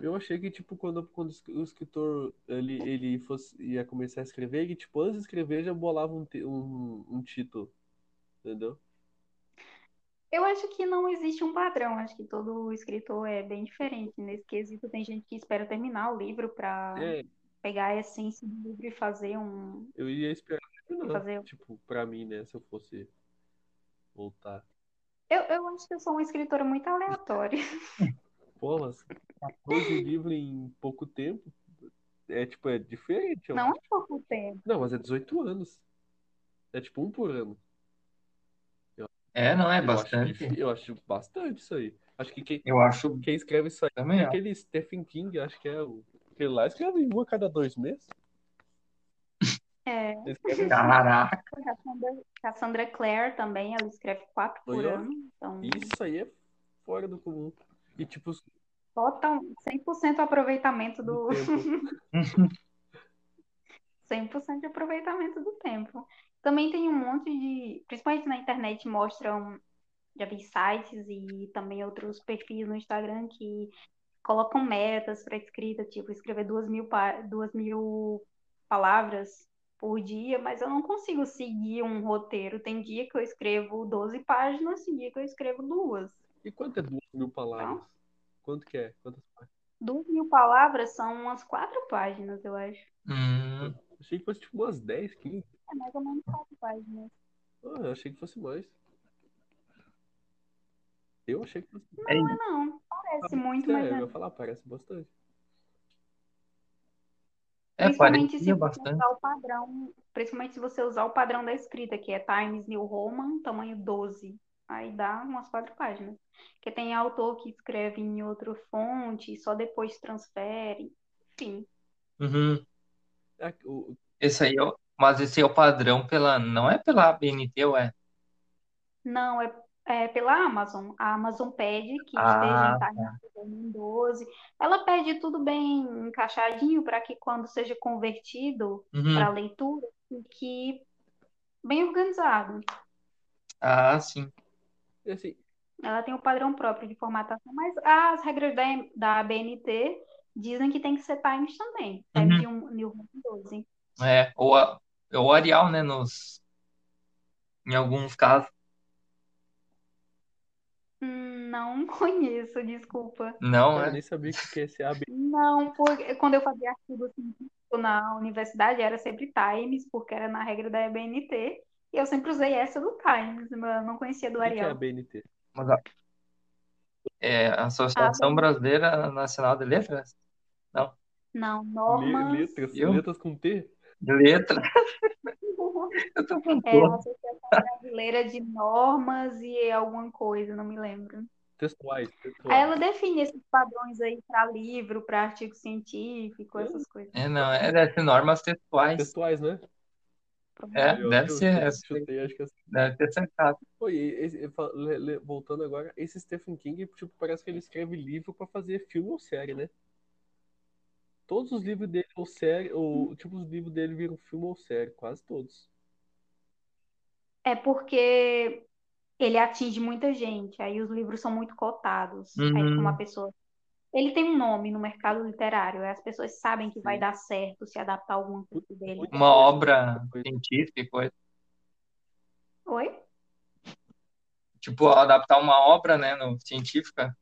[SPEAKER 3] Eu achei que, tipo, quando, quando o escritor ele, ele fosse, ia começar a escrever, ele, tipo, antes de escrever já bolava um, te- um, um título, entendeu?
[SPEAKER 2] Eu acho que não existe um padrão. Acho que todo escritor é bem diferente nesse quesito. Tem gente que espera terminar o livro para
[SPEAKER 3] É,
[SPEAKER 2] pegar a essência do livro e fazer um,
[SPEAKER 3] eu ia esperar terminar,
[SPEAKER 2] fazer um
[SPEAKER 3] tipo, pra mim, né, se eu fosse voltar.
[SPEAKER 2] Eu, eu acho que eu sou uma escritora muito aleatória.
[SPEAKER 3] Pô, mas 14 livros em pouco tempo é, tipo, é diferente,
[SPEAKER 2] <laughs>
[SPEAKER 3] eu
[SPEAKER 2] Não é
[SPEAKER 3] acho.
[SPEAKER 2] pouco tempo.
[SPEAKER 3] Não, mas é 18 anos. É, tipo, um por ano.
[SPEAKER 1] É, não é
[SPEAKER 3] Eu acho,
[SPEAKER 1] bastante.
[SPEAKER 3] difí- eu acho bastante isso aí. Acho que quem,
[SPEAKER 1] Eu acho
[SPEAKER 3] quem escreve isso aí
[SPEAKER 1] também.
[SPEAKER 3] é
[SPEAKER 1] ó.
[SPEAKER 3] aquele Stephen King, acho que é o... Aquele lá escreve um a cada dois meses.
[SPEAKER 2] É.
[SPEAKER 3] Ele escreve assim.
[SPEAKER 1] Caraca,
[SPEAKER 2] Cassandra, Cassandra Clare também, ela escreve quatro por
[SPEAKER 3] Olha,
[SPEAKER 2] ano. Então,
[SPEAKER 3] Isso aí é fora do comum. E tipo, os-
[SPEAKER 2] total, 100% aproveitamento
[SPEAKER 3] do
[SPEAKER 2] do... <laughs>
[SPEAKER 3] tempo.
[SPEAKER 2] 100% de aproveitamento do tempo. Também tem um monte de... Principalmente na internet mostram... Já vi sites e também outros perfis no Instagram que colocam metas para escrita, tipo, escrever duas mil, pa- duas mil palavras por dia, mas eu não consigo seguir um roteiro. Tem dia que eu escrevo 12 páginas, tem dia que eu escrevo duas.
[SPEAKER 3] E quanto é duas mil palavras? Quanto que é? Quantas páginas?
[SPEAKER 2] Duas mil palavras são umas quatro páginas, eu acho.
[SPEAKER 1] Hum,
[SPEAKER 3] Achei que fosse tipo umas 10, 15.
[SPEAKER 2] É mais ou menos quatro páginas.
[SPEAKER 3] Ah, eu achei que fosse mais. Eu achei que fosse mais.
[SPEAKER 1] é,
[SPEAKER 2] Mas não, parece muito,
[SPEAKER 3] é,
[SPEAKER 2] mas
[SPEAKER 3] eu
[SPEAKER 2] não.
[SPEAKER 3] ia falar, parece bastante.
[SPEAKER 1] é
[SPEAKER 2] Principalmente se
[SPEAKER 1] parecia
[SPEAKER 2] você
[SPEAKER 1] bastante.
[SPEAKER 2] usar o padrão, principalmente se você usar o padrão da escrita, que é Times New Roman, tamanho 12. Aí dá umas quatro páginas. Porque tem autor que escreve em outra fonte e só depois transfere. Enfim,
[SPEAKER 1] Uhum.
[SPEAKER 3] Ah, o-
[SPEAKER 1] Esse aí é o, mas esse é o padrão pela, não é pela ABNT, ué.
[SPEAKER 2] não, é, é pela Amazon. A Amazon pede que
[SPEAKER 1] Ah,
[SPEAKER 2] esteja em Times New Roman 12. Ela pede tudo bem encaixadinho para que quando seja convertido
[SPEAKER 1] uhum.
[SPEAKER 2] para leitura, fique bem organizado.
[SPEAKER 1] Ah, sim.
[SPEAKER 3] e assim,
[SPEAKER 2] Ela tem o padrão próprio de formatação, mas as regras da, da ABNT dizem que tem que ser times também. Times
[SPEAKER 1] Uhum.
[SPEAKER 2] de um, de um 12.
[SPEAKER 1] É, ou, a, ou o Arial, né, nos, em alguns casos.
[SPEAKER 2] Hum, Não <laughs> conheço, desculpa.
[SPEAKER 1] Não,
[SPEAKER 3] cara, eu
[SPEAKER 1] é.
[SPEAKER 3] nem sabia o que que é esse AB.
[SPEAKER 2] Não, porque quando eu fazia artigo científico na universidade era sempre times, porque era na regra da ABNT. E eu sempre usei essa do times, mas eu não conhecia do
[SPEAKER 3] O que que é
[SPEAKER 2] Arial.
[SPEAKER 3] ABNT?
[SPEAKER 1] Mas a- é a
[SPEAKER 2] A
[SPEAKER 1] Associação
[SPEAKER 2] ABNT,
[SPEAKER 1] Brasileira Nacional de Letras? Não,
[SPEAKER 2] não,
[SPEAKER 3] Le-
[SPEAKER 2] normas.
[SPEAKER 3] letras?
[SPEAKER 1] eu?
[SPEAKER 3] Letras com T?
[SPEAKER 1] De letra? <laughs> Eu tô
[SPEAKER 2] <laughs> É a
[SPEAKER 1] falando.
[SPEAKER 2] Associação Brasileira de Normas e alguma coisa, não me lembro.
[SPEAKER 3] Textuais,
[SPEAKER 2] Aí
[SPEAKER 3] textuais.
[SPEAKER 2] ela define esses padrões aí para livro, para artigo científico, essas coisas.
[SPEAKER 1] É, não, é deve ser normas textuais.
[SPEAKER 3] Textuais, né?
[SPEAKER 1] É,
[SPEAKER 2] Provavelmente.
[SPEAKER 3] Aí, ó,
[SPEAKER 1] deve
[SPEAKER 3] eu
[SPEAKER 1] ser
[SPEAKER 3] chu-
[SPEAKER 1] essa.
[SPEAKER 3] chutei, acho que é assim.
[SPEAKER 1] Deve ter acertado.
[SPEAKER 3] Oi, esse- eu fa- le- le- voltando agora, esse Stephen King, tipo, parece que ele escreve livro pra fazer filme ou série, né? Todos os livros dele, ou série, ou tipo, os livros dele viram filme ou série, quase todos.
[SPEAKER 2] É porque ele atinge muita gente, aí os livros são muito cotados. Aí fica uma
[SPEAKER 1] Uhum.
[SPEAKER 2] pessoa. Ele tem um nome no mercado literário, aí as pessoas sabem que vai
[SPEAKER 3] Sim.
[SPEAKER 2] dar certo se adaptar alguma coisa
[SPEAKER 3] Muita,
[SPEAKER 2] dele.
[SPEAKER 3] muita
[SPEAKER 1] Uma
[SPEAKER 3] coisa, muita
[SPEAKER 1] obra
[SPEAKER 3] coisa.
[SPEAKER 1] científica, e coisa.
[SPEAKER 2] Oi?
[SPEAKER 1] tipo, adaptar uma obra, né, no, científica.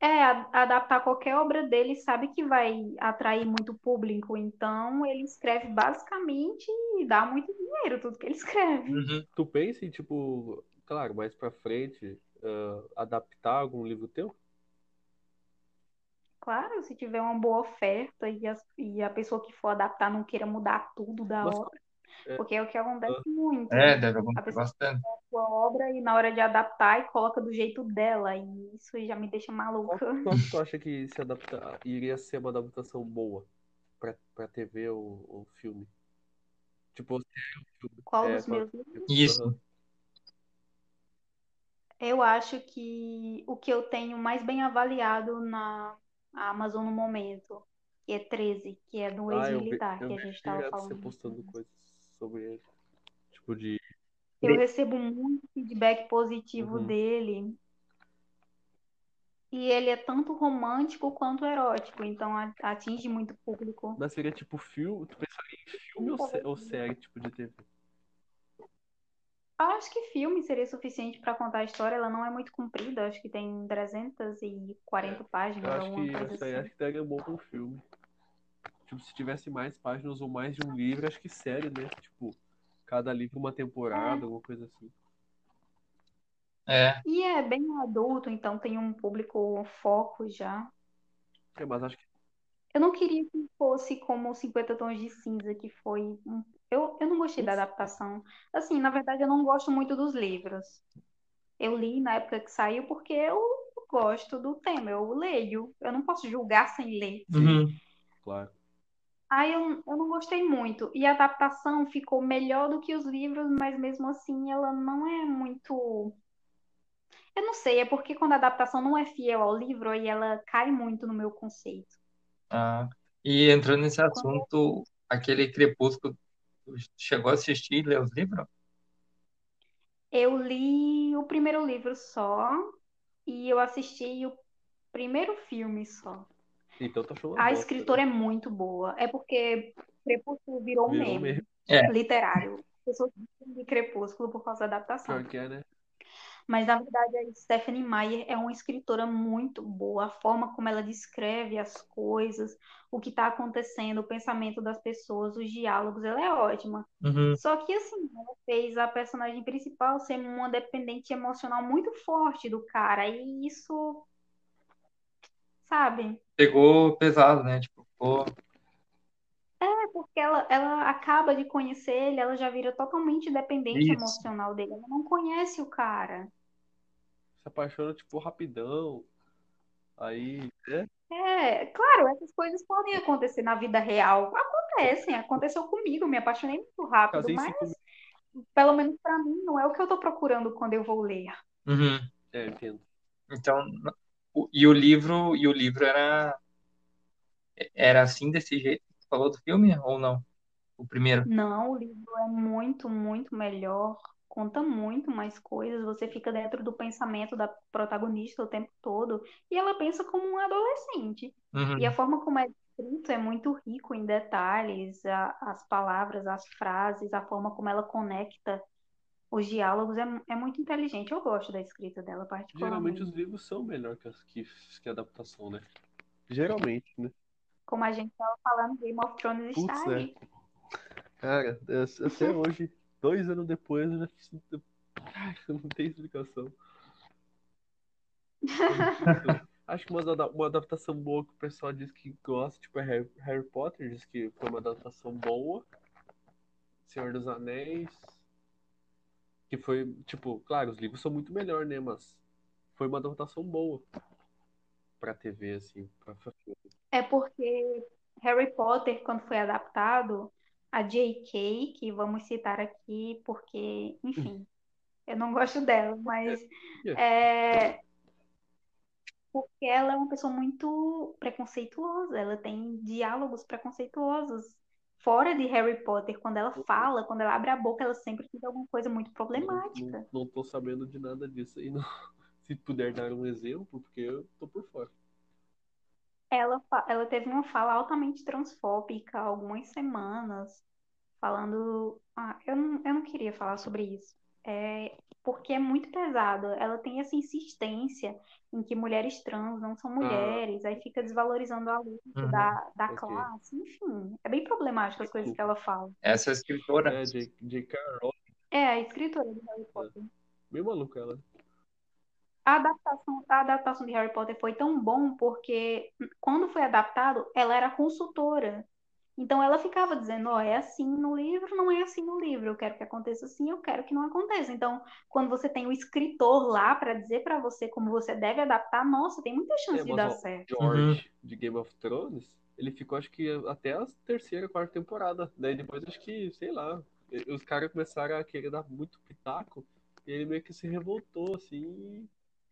[SPEAKER 2] É, a- adaptar qualquer obra dele sabe que vai atrair muito público, então ele escreve basicamente e dá muito dinheiro tudo que ele escreve.
[SPEAKER 1] Uhum.
[SPEAKER 3] Tu pensa em, tipo, claro, mais pra frente, ah, adaptar algum livro teu?
[SPEAKER 2] Claro, se tiver uma boa oferta e, as- e a pessoa que for adaptar não queira mudar tudo da
[SPEAKER 3] Mas,
[SPEAKER 2] obra,
[SPEAKER 3] é,
[SPEAKER 2] porque é o que acontece
[SPEAKER 3] ah,
[SPEAKER 2] muito. né?
[SPEAKER 1] É, deve
[SPEAKER 2] A
[SPEAKER 1] acontecer
[SPEAKER 2] pessoa
[SPEAKER 1] bastante.
[SPEAKER 2] pega a sua obra e na hora de adaptar e coloca do jeito dela, e isso já me deixa
[SPEAKER 3] qual,
[SPEAKER 2] maluca.
[SPEAKER 3] qual que tu acha que se adaptar, iria ser uma adaptação boa pra, pra TV ou, ou filme? Tipo, ou série ou
[SPEAKER 2] <laughs>
[SPEAKER 3] filme.
[SPEAKER 2] Qual
[SPEAKER 3] É,
[SPEAKER 2] dos
[SPEAKER 3] qual,
[SPEAKER 2] meus livros?
[SPEAKER 1] Isso.
[SPEAKER 3] aham.
[SPEAKER 2] Eu acho que o que eu tenho mais bem avaliado na Amazon no momento, que é 13, que é do
[SPEAKER 3] Ah, eu, ve,
[SPEAKER 2] ex-militar,
[SPEAKER 3] eu
[SPEAKER 2] que a
[SPEAKER 3] vejo
[SPEAKER 2] gente estava
[SPEAKER 3] direto você
[SPEAKER 2] falando.
[SPEAKER 3] postando coisas sobre ele. Tipo de.
[SPEAKER 2] Eu recebo muito feedback positivo
[SPEAKER 3] Uhum.
[SPEAKER 2] dele. E ele é tanto romântico quanto erótico, então a- atinge muito público.
[SPEAKER 3] Mas seria tipo filme. Tu pensaria em filme ou,
[SPEAKER 2] Nunca
[SPEAKER 3] sé-
[SPEAKER 2] vai
[SPEAKER 3] ou
[SPEAKER 2] ter.
[SPEAKER 3] série, tipo de TV?
[SPEAKER 2] Acho que filme seria suficiente para contar a história, ela não é muito comprida, acho que tem 340
[SPEAKER 3] É, Eu
[SPEAKER 2] páginas,
[SPEAKER 3] acho
[SPEAKER 2] alguma
[SPEAKER 3] que
[SPEAKER 2] coisa
[SPEAKER 3] isso aí é. acho
[SPEAKER 2] assim.
[SPEAKER 3] que daria bom com filme. Tipo, se tivesse mais páginas ou mais de um livro, acho que série, né? Tipo, cada livro uma temporada,
[SPEAKER 2] É.
[SPEAKER 3] alguma coisa assim.
[SPEAKER 1] É.
[SPEAKER 2] E é bem adulto, então tem um público foco já.
[SPEAKER 3] É, mas acho que.
[SPEAKER 2] Eu não queria que fosse como 50 Tons de Cinza, que foi. um- Eu, eu não gostei da
[SPEAKER 3] Putz,
[SPEAKER 2] adaptação. Assim, na verdade, eu não gosto muito dos livros. Eu li na época que saiu porque eu gosto do tema, eu leio. Eu não posso julgar sem ler.
[SPEAKER 3] sim,
[SPEAKER 1] Uhum.
[SPEAKER 3] claro.
[SPEAKER 2] Aí eu, eu não gostei muito. E a adaptação ficou melhor do que os livros, mas mesmo assim ela não é muito. Eu não sei, é porque quando a adaptação não é fiel ao livro, aí ela cai muito no meu conceito.
[SPEAKER 1] Ah. E entrando nesse
[SPEAKER 2] Quando eu
[SPEAKER 1] assunto, aquele Crepúsculo, tu chegou a assistir e ler os livros?
[SPEAKER 2] eu li o primeiro livro só, e eu assisti o. primeiro filme só.
[SPEAKER 3] Então tá achando uma
[SPEAKER 2] A
[SPEAKER 3] bosta,
[SPEAKER 2] escritora é muito boa. É porque Crepúsculo virou um
[SPEAKER 3] Virou
[SPEAKER 2] meme,
[SPEAKER 3] meme.
[SPEAKER 1] É.
[SPEAKER 2] <laughs> literário. As pessoas dizem de Crepúsculo por causa da adaptação.
[SPEAKER 3] Pior que é, né?
[SPEAKER 2] Mas, na verdade, a Stephanie Meyer é uma escritora muito boa. A forma como ela descreve as coisas, o que está acontecendo, o pensamento das pessoas, os diálogos, ela é ótima.
[SPEAKER 1] Uhum.
[SPEAKER 2] Só que, assim, ela fez a personagem principal ser uma dependente emocional muito forte do cara. E isso, sabe?
[SPEAKER 1] Pegou pesado, né? Tipo, pô,
[SPEAKER 2] É porque ela, ela acaba de conhecer ele, ela já vira totalmente dependente
[SPEAKER 1] Isso.
[SPEAKER 2] emocional dele. Ela não conhece o cara.
[SPEAKER 3] Se apaixona, tipo, rapidão. Aí, né?
[SPEAKER 2] É, claro, essas coisas podem acontecer na vida real. Acontecem, aconteceu comigo, me apaixonei muito rápido,
[SPEAKER 3] Casei em
[SPEAKER 2] mas
[SPEAKER 3] cinco minutos.
[SPEAKER 2] pelo menos pra mim não é o que eu tô procurando quando eu vou ler.
[SPEAKER 1] uhum.
[SPEAKER 3] É, entendo.
[SPEAKER 1] Então, n- o- e o livro, e o livro era era assim desse jeito que tu falou do filme ou não? O primeiro.
[SPEAKER 2] Não, o livro é muito, muito melhor, conta muito mais coisas, você fica dentro do pensamento da protagonista o tempo todo e ela pensa como um adolescente.
[SPEAKER 1] Uhum.
[SPEAKER 2] E a forma como é escrito é muito rico em detalhes, a- as palavras, as frases, a forma como ela conecta os diálogos é, mu- é muito inteligente. Eu gosto da escrita dela,
[SPEAKER 3] Geralmente
[SPEAKER 2] particularmente.
[SPEAKER 3] os livros são melhor que, as- que, que a adaptação, né? Geralmente, né?
[SPEAKER 2] Como a gente estava falando, Game of Thrones está
[SPEAKER 3] Putz, né?
[SPEAKER 2] aí.
[SPEAKER 3] Cara, eu- até hoje, dois anos depois, eu já sinto. Cara, <laughs> não tem explicação. Acho que uma, da- uma adaptação boa que o pessoal diz que gosta, tipo, é Harry, Harry Potter, diz que foi uma adaptação boa. Senhor dos Anéis. Que foi, tipo, claro, os livros são muito melhor, né? Mas foi uma adaptação boa pra TV, assim. Pra...
[SPEAKER 2] É porque Harry Potter, quando foi adaptado, a J.K., que vamos citar aqui, porque, enfim, eu não gosto dela, mas é porque ela é uma pessoa muito preconceituosa, ela tem diálogos preconceituosos. Fora de Harry Potter, quando ela fala, quando ela abre a boca, ela sempre diz alguma coisa muito problemática.
[SPEAKER 3] Não, não tô sabendo de nada disso aí, não. <laughs> Se puder dar um exemplo, porque eu tô por fora.
[SPEAKER 2] Ela, fa- ela teve uma fala altamente transfóbica há algumas semanas, falando. Ah, eu não, eu não queria falar sobre isso. É, porque é muito pesado. Ela tem essa insistência em que mulheres trans não são mulheres, aí fica desvalorizando a luta
[SPEAKER 1] Uhum.
[SPEAKER 2] da, da
[SPEAKER 3] Ok.
[SPEAKER 2] classe, enfim. É bem problemático as coisas que ela fala.
[SPEAKER 1] Essa é a escritora.
[SPEAKER 3] É, J- J.K. Rowling,
[SPEAKER 2] É, a escritora de Harry Potter.
[SPEAKER 3] meio maluca
[SPEAKER 2] Uhum.
[SPEAKER 3] ela.
[SPEAKER 2] A adaptação, a adaptação de Harry Potter foi tão bom porque quando foi adaptado, ela era consultora. Então ela ficava dizendo, ó, é assim no livro, não é assim no livro. Eu quero que aconteça assim, eu quero que não aconteça. Então, quando você tem o escritor lá para dizer para você como você deve adaptar, nossa, tem muita chance
[SPEAKER 3] É,
[SPEAKER 2] de
[SPEAKER 3] mas,
[SPEAKER 2] dar
[SPEAKER 3] ó,
[SPEAKER 2] certo.
[SPEAKER 3] George, de Game of Thrones, ele ficou, acho que, até a terceira, quarta temporada. Daí depois, acho que, sei lá, e- os caras começaram a querer dar muito pitaco. E ele meio que se revoltou, assim.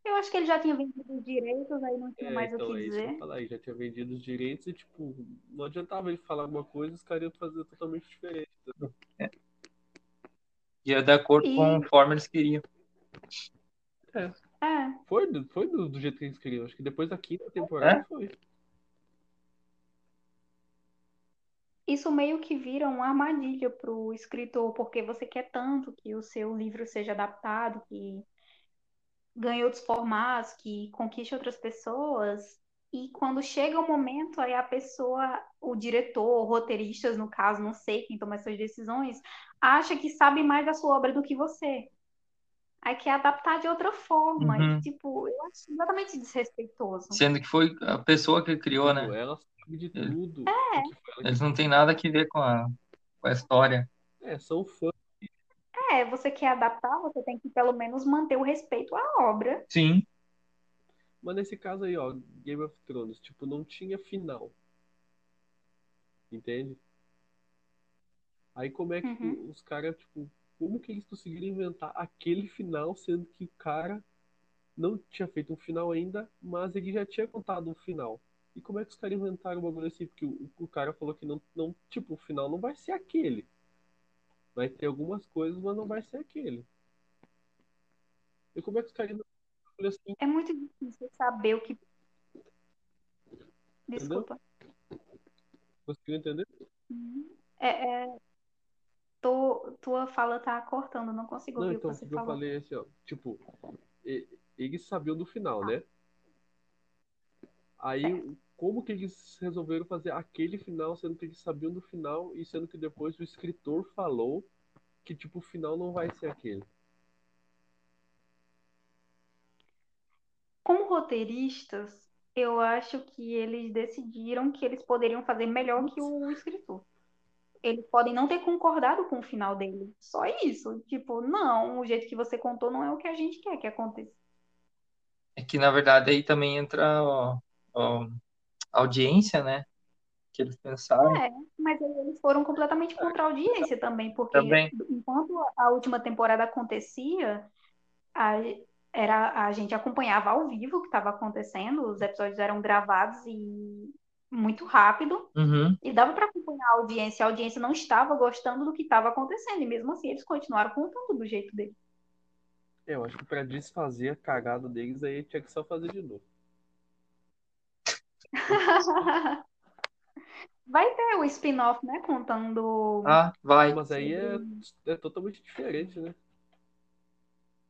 [SPEAKER 2] Eu acho que ele já tinha vendido os direitos, aí não
[SPEAKER 3] e-
[SPEAKER 2] tinha
[SPEAKER 3] é,
[SPEAKER 2] mais o
[SPEAKER 3] então,
[SPEAKER 2] que
[SPEAKER 3] é isso que eu
[SPEAKER 2] dizer.
[SPEAKER 3] falei. Ele já tinha vendido os direitos e, tipo, não adiantava ele falar alguma coisa, os caras iam fazer totalmente diferente.
[SPEAKER 1] E é de acordo
[SPEAKER 2] E-
[SPEAKER 1] com conforme eles queriam.
[SPEAKER 2] É.
[SPEAKER 3] Foi, do- foi do, do jeito que eles queriam. Acho que depois da quinta
[SPEAKER 2] É?
[SPEAKER 3] temporada foi.
[SPEAKER 2] Isso meio que vira uma armadilha para o escritor, porque você quer tanto que o seu livro seja adaptado, que ganhe outros formatos, que conquiste outras pessoas. E quando chega o momento, aí a pessoa, o diretor, roteiristas, no caso, não sei quem toma essas decisões, acha que sabe mais da sua obra do que você. Aí quer adaptar de outra forma.
[SPEAKER 1] Uhum.
[SPEAKER 2] E, tipo, eu acho completamente desrespeitoso.
[SPEAKER 1] Sendo que foi a pessoa que criou, né?
[SPEAKER 3] Ela sabe de
[SPEAKER 1] É.
[SPEAKER 3] tudo. porque foi ela
[SPEAKER 1] Eles não têm nada que ver com a, com a história.
[SPEAKER 3] que- É, são fãs.
[SPEAKER 2] É, você quer adaptar, você tem que pelo menos manter o respeito à obra.
[SPEAKER 1] Sim.
[SPEAKER 3] Mas nesse caso aí, ó, Game of Thrones, tipo, não tinha final. Entende? Aí como é que
[SPEAKER 2] Uhum.
[SPEAKER 3] os caras, tipo, como que eles conseguiram inventar aquele final, sendo que o cara não tinha feito um final ainda, mas ele já tinha contado um final. E como é que os caras inventaram o bagulho assim? Porque o, o cara falou que não, não, tipo, o final não vai ser aquele. Vai ter algumas coisas, mas não vai ser aquele. E como é que os caras não assim?
[SPEAKER 2] É muito difícil saber o que Desculpa.
[SPEAKER 3] Conseguiu entender?
[SPEAKER 2] Uhum. É, é, tô- tua fala tá cortando, não consigo
[SPEAKER 3] Não,
[SPEAKER 2] ouvir
[SPEAKER 3] então,
[SPEAKER 2] o que você
[SPEAKER 3] tipo, eu
[SPEAKER 2] falou.
[SPEAKER 3] falei assim, ó. Tipo, e- eles sabiam do final,
[SPEAKER 2] Tá.
[SPEAKER 3] né?
[SPEAKER 2] É.
[SPEAKER 3] Aí, como que eles resolveram fazer aquele final, sendo que eles sabiam do final e sendo que depois o escritor falou que, tipo, o final não vai ser aquele.
[SPEAKER 2] Como roteiristas, eu acho que eles decidiram que eles poderiam fazer melhor que o escritor. Eles podem não ter concordado com o final dele. Só isso. Tipo, não, o jeito que você contou não é o que a gente quer que aconteça.
[SPEAKER 1] É que, na verdade, aí também entra ó, ó, a audiência, né? Que eles pensaram.
[SPEAKER 2] Mas aí eles foram completamente contra a audiência também, porque
[SPEAKER 1] Também.
[SPEAKER 2] enquanto a última temporada acontecia, a, era, a gente acompanhava ao vivo o que estava acontecendo, os episódios eram gravados e muito rápido.
[SPEAKER 1] Uhum.
[SPEAKER 2] E dava para acompanhar a audiência. A audiência não estava gostando do que estava acontecendo. E mesmo assim, eles continuaram contando do jeito dele.
[SPEAKER 3] É, eu acho que pra desfazer a cagada deles, aí tinha que só fazer de novo.
[SPEAKER 2] <laughs> Vai ter o spin-off, né? Contando.
[SPEAKER 1] Ah, vai.
[SPEAKER 3] Mas aí é, é totalmente diferente, né?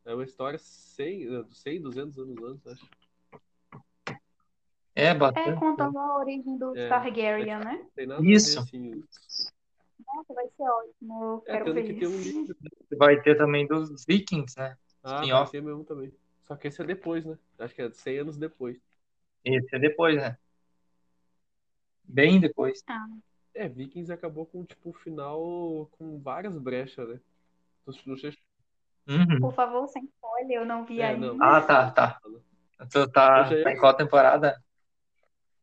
[SPEAKER 3] É uma história 100, 100 200 anos antes, acho.
[SPEAKER 1] É,
[SPEAKER 2] É,
[SPEAKER 1] bastante.
[SPEAKER 2] contando a origem do
[SPEAKER 3] É,
[SPEAKER 2] Targaryen,
[SPEAKER 3] é-
[SPEAKER 2] né?
[SPEAKER 3] Não tem nada a ver,
[SPEAKER 1] Isso.
[SPEAKER 3] assim.
[SPEAKER 2] Nossa, vai ser ótimo. Eu
[SPEAKER 3] É,
[SPEAKER 2] quero
[SPEAKER 3] tendo que
[SPEAKER 2] ver
[SPEAKER 3] ter um
[SPEAKER 2] isso.
[SPEAKER 3] livro.
[SPEAKER 1] Vai ter também dos Vikings, né?
[SPEAKER 3] Ah, vai
[SPEAKER 1] Spin-off.
[SPEAKER 3] ter mesmo também. Só que esse é depois, né? Acho que é 100 anos depois.
[SPEAKER 1] Esse é depois, né? Bem depois.
[SPEAKER 3] É, Vikings acabou com, tipo, o final com várias brechas, né? Não sei- não sei se-
[SPEAKER 1] Uhum.
[SPEAKER 2] Por favor, sem spoiler, eu não vi
[SPEAKER 3] É,
[SPEAKER 2] ainda.
[SPEAKER 3] não.
[SPEAKER 1] Ah, tá, tá. Tu tá,
[SPEAKER 3] Eu já ia-
[SPEAKER 1] tá em qual temporada?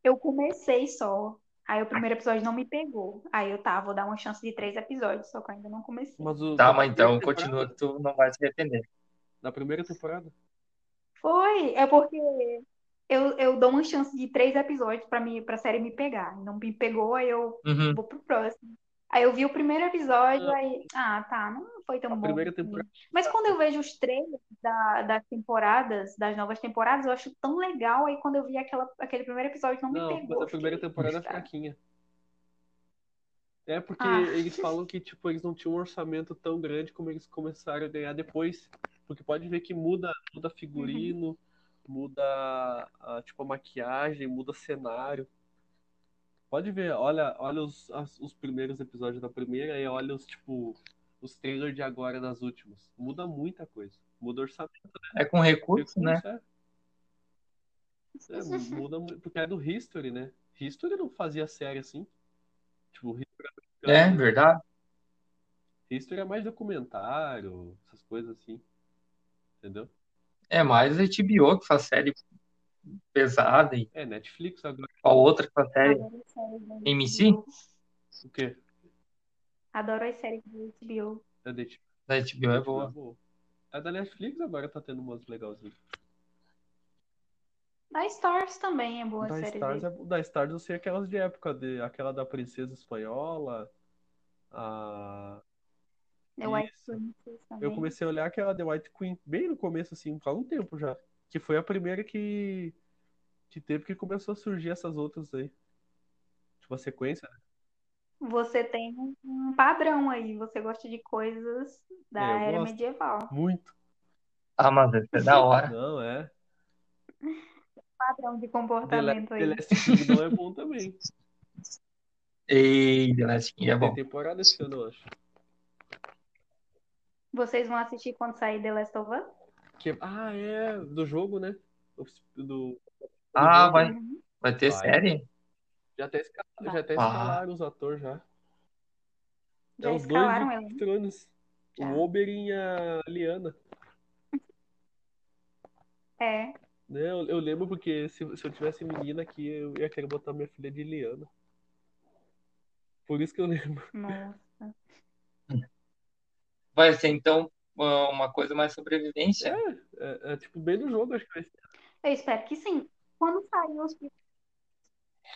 [SPEAKER 2] Eu comecei só. Aí o primeiro episódio não me pegou. Aí eu tá, vou dar uma chance de três episódios, só que eu ainda não comecei.
[SPEAKER 3] Mas o,
[SPEAKER 1] Tá,
[SPEAKER 3] da
[SPEAKER 1] mas então
[SPEAKER 3] primeira temporada-
[SPEAKER 1] continua, tu não vai se arrepender.
[SPEAKER 3] Da primeira temporada?
[SPEAKER 2] Foi, é porque eu, eu dou uma chance de três episódios pra mim, pra série me pegar. Não me pegou, aí eu
[SPEAKER 1] Uhum.
[SPEAKER 2] vou pro próximo. Aí eu vi o primeiro episódio, aí, ah, tá, não foi tão
[SPEAKER 3] A
[SPEAKER 2] bom.
[SPEAKER 3] primeira
[SPEAKER 2] assim.
[SPEAKER 3] temporada.
[SPEAKER 2] Mas quando eu vejo os trailers da- das temporadas, das novas temporadas, eu acho tão legal. Aí quando eu vi aquela, aquele primeiro episódio, não me
[SPEAKER 3] Não,
[SPEAKER 2] pegou.
[SPEAKER 3] mas a primeira
[SPEAKER 2] fiquei
[SPEAKER 3] temporada é
[SPEAKER 2] frustrada.
[SPEAKER 3] fraquinha. É porque
[SPEAKER 2] Ah.
[SPEAKER 3] eles falam que, tipo, eles não tinham um orçamento tão grande como eles começaram a ganhar depois. Porque pode ver que muda, muda figurino,
[SPEAKER 2] Uhum.
[SPEAKER 3] muda a, tipo, a maquiagem, muda cenário. Pode ver, olha, olha os, as- os primeiros episódios da primeira e olha os, tipo, os trailers de agora das últimas. Muda muita coisa. Muda orçamento,
[SPEAKER 1] É com recurso, né?
[SPEAKER 3] recurso, é. É, muda muito, porque é do History, né? History não fazia série assim. Tipo, History
[SPEAKER 1] É,
[SPEAKER 3] americano,
[SPEAKER 1] verdade.
[SPEAKER 3] History é mais documentário, essas coisas assim. Entendeu?
[SPEAKER 1] É mais a HBO que faz série pesada e
[SPEAKER 3] É, Netflix agora.
[SPEAKER 1] qual outra que faz série?
[SPEAKER 2] Adoro as séries da
[SPEAKER 1] MC?
[SPEAKER 2] HBO.
[SPEAKER 3] O quê?
[SPEAKER 2] Adoro as séries da HBO.
[SPEAKER 3] É da HBO,
[SPEAKER 1] Da HBO é boa.
[SPEAKER 3] A É da Netflix agora tá tendo umas legalzinhas.
[SPEAKER 2] Da Stars também é boa a
[SPEAKER 3] Da
[SPEAKER 2] série
[SPEAKER 3] Stars, é, da Stars eu sei aquelas de época, de, aquela da Princesa Espanhola. A...
[SPEAKER 2] dele. Eu acho
[SPEAKER 3] Isso.
[SPEAKER 2] que também.
[SPEAKER 3] é Eu comecei a olhar aquela The White Queen bem no começo, assim, faz um tempo já. Que foi a primeira que, que teve que começou a surgir essas outras aí. Tipo, a sequência. né?
[SPEAKER 2] Você tem um padrão aí, você gosta de coisas da
[SPEAKER 3] É, eu
[SPEAKER 2] era
[SPEAKER 3] gosto.
[SPEAKER 2] medieval. Um
[SPEAKER 3] Muito.
[SPEAKER 1] Ah, mas essa é da hora.
[SPEAKER 3] Não, é.
[SPEAKER 2] Padrão de
[SPEAKER 3] The La-
[SPEAKER 2] comportamento
[SPEAKER 3] The
[SPEAKER 2] aí.
[SPEAKER 3] Last Kingdom é bom também.
[SPEAKER 1] E The Last King <laughs> é
[SPEAKER 3] Tem
[SPEAKER 1] bom.
[SPEAKER 3] temporada esse ano, eu acho.
[SPEAKER 2] Vocês vão assistir quando sair The Last of Us?
[SPEAKER 3] Que- Ah, é. Do jogo, né? Do... do
[SPEAKER 1] Ah,
[SPEAKER 3] jogo.
[SPEAKER 1] vai,
[SPEAKER 2] Uhum.
[SPEAKER 1] vai ter
[SPEAKER 3] Vai.
[SPEAKER 1] série?
[SPEAKER 3] Já até
[SPEAKER 2] Tá.
[SPEAKER 3] escalaram, já até
[SPEAKER 1] Ah.
[SPEAKER 3] escalaram os atores já.
[SPEAKER 2] Já
[SPEAKER 3] é os dois
[SPEAKER 2] escalaram
[SPEAKER 3] do
[SPEAKER 2] ela? Tá.
[SPEAKER 3] Game of Thrones.
[SPEAKER 2] Já.
[SPEAKER 3] O Oberyn e a Liana.
[SPEAKER 2] É.
[SPEAKER 3] Né, eu, eu lembro porque se, se eu tivesse menina aqui, eu ia querer botar minha filha de Liana. Por isso que eu lembro. <laughs>
[SPEAKER 2] Nossa.
[SPEAKER 1] Vai ser então uma uma coisa mais sobrevivência.
[SPEAKER 3] É, é, tipo bem no jogo, acho que vai ser.
[SPEAKER 2] Eu espero que sim. Quando saíram os, pri-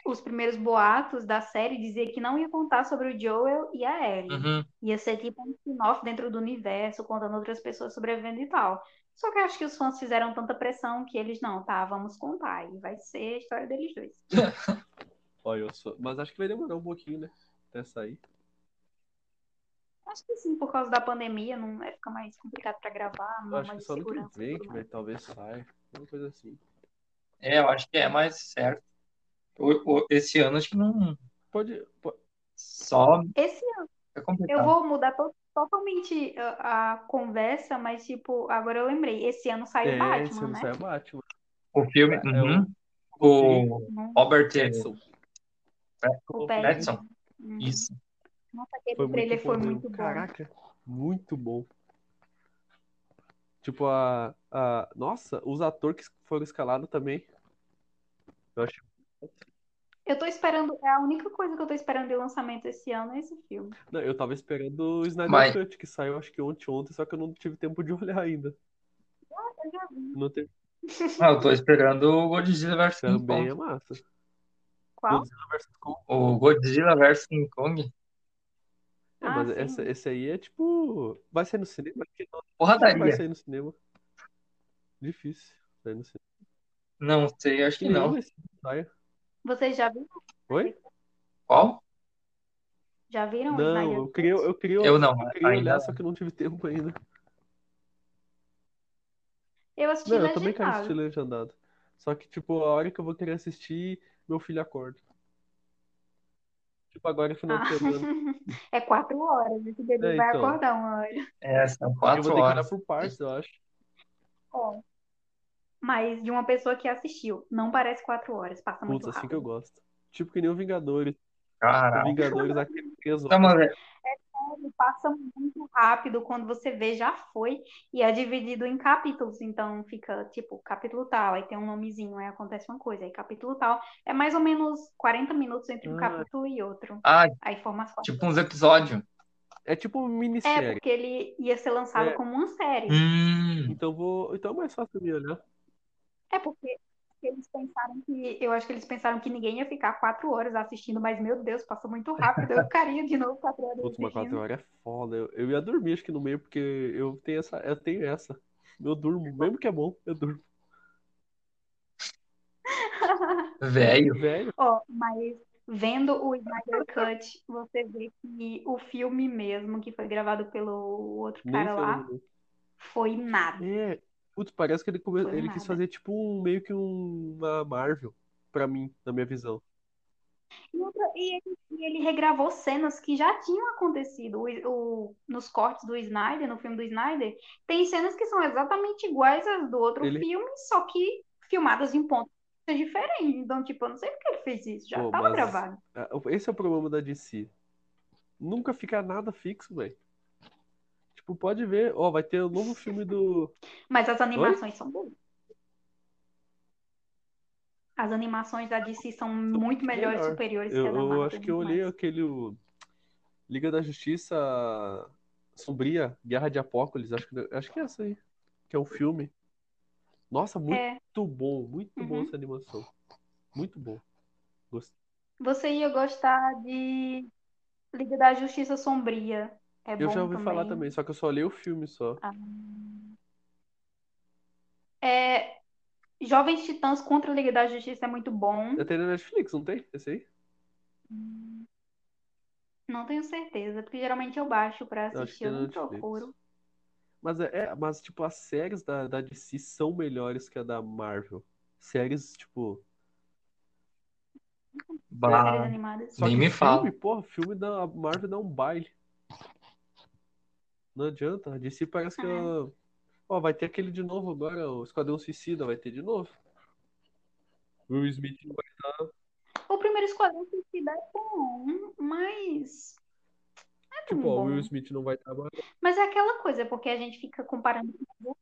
[SPEAKER 2] os primeiros boatos da série, dizia que não ia contar sobre o Joel e a Ellie.
[SPEAKER 1] Uhum.
[SPEAKER 2] Ia ser tipo um spin-off dentro do universo, contando outras pessoas sobrevivendo e tal. Só que eu acho que os fãs
[SPEAKER 3] <laughs>
[SPEAKER 2] fizeram tanta pressão que eles, não, tá, vamos contar. E vai ser a história deles dois.
[SPEAKER 3] Olha, eu sou... Mas acho que vai demorar um pouquinho, né? Até sair.
[SPEAKER 2] Acho que sim, por causa da pandemia, não é, fica mais complicado pra gravar,
[SPEAKER 3] Eu
[SPEAKER 2] não
[SPEAKER 3] acho que
[SPEAKER 2] mais
[SPEAKER 3] só no que
[SPEAKER 2] Ah, segurança. e
[SPEAKER 3] vem
[SPEAKER 2] tudo
[SPEAKER 3] que
[SPEAKER 2] mais.
[SPEAKER 3] vai, talvez saia. Uma coisa assim.
[SPEAKER 1] É, eu acho que é mais certo. O- o- Esse ano acho que não.
[SPEAKER 3] Pode. po-
[SPEAKER 1] Só
[SPEAKER 2] Esse
[SPEAKER 1] é
[SPEAKER 3] Tá.
[SPEAKER 2] Eu
[SPEAKER 1] complicado.
[SPEAKER 2] vou mudar to- totalmente a, a conversa, mas tipo, agora eu lembrei, esse ano saiu
[SPEAKER 3] É, se
[SPEAKER 2] Batman,
[SPEAKER 3] não
[SPEAKER 2] né?
[SPEAKER 3] sai, bate. mano.
[SPEAKER 1] O filme.
[SPEAKER 3] É,
[SPEAKER 1] uhum,
[SPEAKER 3] o-
[SPEAKER 1] o
[SPEAKER 2] Não-
[SPEAKER 1] Robert
[SPEAKER 3] Jackson.
[SPEAKER 2] o Pattinson.
[SPEAKER 3] o
[SPEAKER 1] Pattinson.
[SPEAKER 2] Hum.
[SPEAKER 1] Isso.
[SPEAKER 2] Nossa, tá aquele
[SPEAKER 3] Foi muito
[SPEAKER 2] trailer foi
[SPEAKER 3] bom, né?
[SPEAKER 2] muito bom.
[SPEAKER 3] Caraca, muito bom. Tipo, a, a. Nossa, os atores que foram escalados também. Eu acho.
[SPEAKER 2] Eu tô esperando, é a única coisa que eu tô esperando de lançamento esse ano é esse filme.
[SPEAKER 3] Não, eu tava esperando o Snyder
[SPEAKER 1] Mas-
[SPEAKER 3] Cut, que saiu acho que ontem, ontem, só que eu não tive tempo de olhar ainda.
[SPEAKER 2] Eu já vi
[SPEAKER 3] Não teve...
[SPEAKER 1] Ah, eu tô esperando o Godzilla vs King
[SPEAKER 3] Também é
[SPEAKER 1] Kong.
[SPEAKER 3] massa.
[SPEAKER 2] qual?
[SPEAKER 3] Godzilla vs. Kong.
[SPEAKER 1] O Godzilla vs King Kong.
[SPEAKER 3] É,
[SPEAKER 2] Ah,
[SPEAKER 3] mas
[SPEAKER 2] sim.
[SPEAKER 3] essa- esse aí é tipo. Vai sair no cinema? Acho que não, não vai
[SPEAKER 1] Porradaria.
[SPEAKER 3] sair no cinema. Difícil. Sair no cinema.
[SPEAKER 1] Não sei, acho que não.
[SPEAKER 3] Esse saia.
[SPEAKER 2] Vocês já viram?
[SPEAKER 3] Oi?
[SPEAKER 1] Qual?
[SPEAKER 2] Já viram o
[SPEAKER 3] Não,
[SPEAKER 2] Snyder
[SPEAKER 3] eu queria,
[SPEAKER 2] Cut?
[SPEAKER 3] eu queria,
[SPEAKER 1] Eu não,
[SPEAKER 3] eu queria
[SPEAKER 1] ainda
[SPEAKER 3] olhar, só que eu não tive tempo ainda.
[SPEAKER 2] Eu assisti
[SPEAKER 3] Não, eu também quero
[SPEAKER 2] legendado.
[SPEAKER 3] assistir legendado. Só que, tipo, a hora que eu vou querer assistir, meu filho acorda. Tipo, agora é final de semana.
[SPEAKER 2] Ah, <laughs> é quatro horas, esse bebê
[SPEAKER 3] É,
[SPEAKER 2] vai
[SPEAKER 3] então.
[SPEAKER 2] acordar uma hora.
[SPEAKER 1] É, são
[SPEAKER 3] Eu vou
[SPEAKER 1] quatro
[SPEAKER 3] ter que olhar
[SPEAKER 1] horas.
[SPEAKER 3] por partes, eu acho.
[SPEAKER 2] Ó, Mas de uma pessoa que assistiu, não parece quatro horas, passa Tá muito
[SPEAKER 3] Putz, assim que
[SPEAKER 2] rápido.
[SPEAKER 3] eu gosto. Tipo que nem o Vingadores. O
[SPEAKER 1] Caralho.
[SPEAKER 3] Vingadores aqui é três
[SPEAKER 1] Tá,
[SPEAKER 3] horas.
[SPEAKER 1] mas
[SPEAKER 2] Ele passa muito rápido quando você vê já foi e é dividido em capítulos, então fica tipo capítulo tal, aí tem um nomezinho, aí acontece uma coisa, aí capítulo tal, é mais ou menos 40 minutos entre um
[SPEAKER 3] Ah.
[SPEAKER 2] capítulo e outro,
[SPEAKER 1] Ah,
[SPEAKER 2] aí forma as quatro.
[SPEAKER 1] tipo uns episódios.
[SPEAKER 3] É tipo uma
[SPEAKER 2] É,
[SPEAKER 3] minissérie.
[SPEAKER 2] porque ele ia ser lançado
[SPEAKER 3] É.
[SPEAKER 2] como uma série.
[SPEAKER 1] Hum,
[SPEAKER 3] Então vou. Então é mais fácil me olhar.
[SPEAKER 2] É porque eles pensaram que, eu acho que eles pensaram que ninguém ia ficar quatro horas assistindo, mas meu Deus, passou muito rápido, eu ficaria de novo quatro horas
[SPEAKER 3] Putz, uma
[SPEAKER 2] assistindo.
[SPEAKER 3] quatro horas é foda. Eu, eu ia dormir, acho que no meio, porque eu tenho essa. Eu tenho essa. Eu durmo. Mesmo que é bom, eu durmo.
[SPEAKER 1] <laughs> velho.
[SPEAKER 3] Velho,
[SPEAKER 2] <laughs> Ó, mas vendo o Snyder Cut, você vê que o filme mesmo, que foi gravado pelo outro
[SPEAKER 3] nem
[SPEAKER 2] cara lá,
[SPEAKER 3] sei.
[SPEAKER 2] foi nada.
[SPEAKER 3] É. Putz, parece que ele, come...
[SPEAKER 2] Foi
[SPEAKER 3] ele quis
[SPEAKER 2] nada.
[SPEAKER 3] fazer tipo um meio que um- uma Marvel, pra mim, na minha visão.
[SPEAKER 2] E, outra- e ele, e ele regravou cenas que já tinham acontecido. O- o- nos cortes do Snyder, no filme do Snyder, tem cenas que são exatamente iguais às do outro
[SPEAKER 3] Ele-
[SPEAKER 2] filme, só que filmadas em pontos diferentes. Então, tipo, eu não sei por que ele fez isso, já
[SPEAKER 3] Pô,
[SPEAKER 2] estava
[SPEAKER 3] mas-
[SPEAKER 2] gravado.
[SPEAKER 3] Ah, Esse é o problema da DC. Nunca fica nada fixo, velho. Tipo, pode ver, ó, vai ter o novo filme do.
[SPEAKER 2] Mas as animações são boas. As animações da DC são muito melhores,
[SPEAKER 3] melhor.
[SPEAKER 2] superiores
[SPEAKER 3] Eu,
[SPEAKER 2] que a é da
[SPEAKER 3] eu
[SPEAKER 2] Marvel.
[SPEAKER 3] acho que eu
[SPEAKER 2] muito
[SPEAKER 3] olhei
[SPEAKER 2] mais.
[SPEAKER 3] aquele. o Liga da Justiça Sombria, Guerra de Apócolis, acho que, acho que é essa aí. Que é um filme. Nossa, muito
[SPEAKER 2] É,
[SPEAKER 3] bom, muito bom
[SPEAKER 2] Uhum.
[SPEAKER 3] essa animação. Muito bom. Gostei.
[SPEAKER 2] você ia gostar de Liga da Justiça Sombria. É
[SPEAKER 3] Eu
[SPEAKER 2] bom
[SPEAKER 3] já ouvi
[SPEAKER 2] também.
[SPEAKER 3] falar também, só que eu só olhei o filme só.
[SPEAKER 2] É, Jovens Titãs contra a Liga da Justiça é muito bom.
[SPEAKER 3] Até na Netflix, não tem? Esse aí?
[SPEAKER 2] Não tenho certeza, porque geralmente eu baixo pra
[SPEAKER 3] Eu acho
[SPEAKER 2] assistir,
[SPEAKER 3] que
[SPEAKER 2] eu
[SPEAKER 3] tem
[SPEAKER 2] não
[SPEAKER 3] na Netflix.
[SPEAKER 2] procuro.
[SPEAKER 3] Mas, é, é- mas, tipo, as séries da, da DC são melhores que a da Marvel. Séries, tipo.
[SPEAKER 1] Ah.
[SPEAKER 2] Séries
[SPEAKER 1] Bah,
[SPEAKER 2] animadas.
[SPEAKER 3] Só
[SPEAKER 1] Nem
[SPEAKER 3] que
[SPEAKER 1] me
[SPEAKER 3] filme,
[SPEAKER 1] fala.
[SPEAKER 3] porra, filme da Marvel dá um baile. Não adianta. A DC parece que.
[SPEAKER 2] É.
[SPEAKER 3] ela- Ó, vai ter aquele de novo agora, o Esquadrão Suicida vai ter de novo. Will Smith não vai.
[SPEAKER 2] O primeiro Esquadrão Suicida é bom, mas não é tão
[SPEAKER 3] Tipo, ó, o
[SPEAKER 2] bom.
[SPEAKER 3] Will Smith não vai trabalhar.
[SPEAKER 2] Mas é aquela coisa, porque a gente fica comparando com os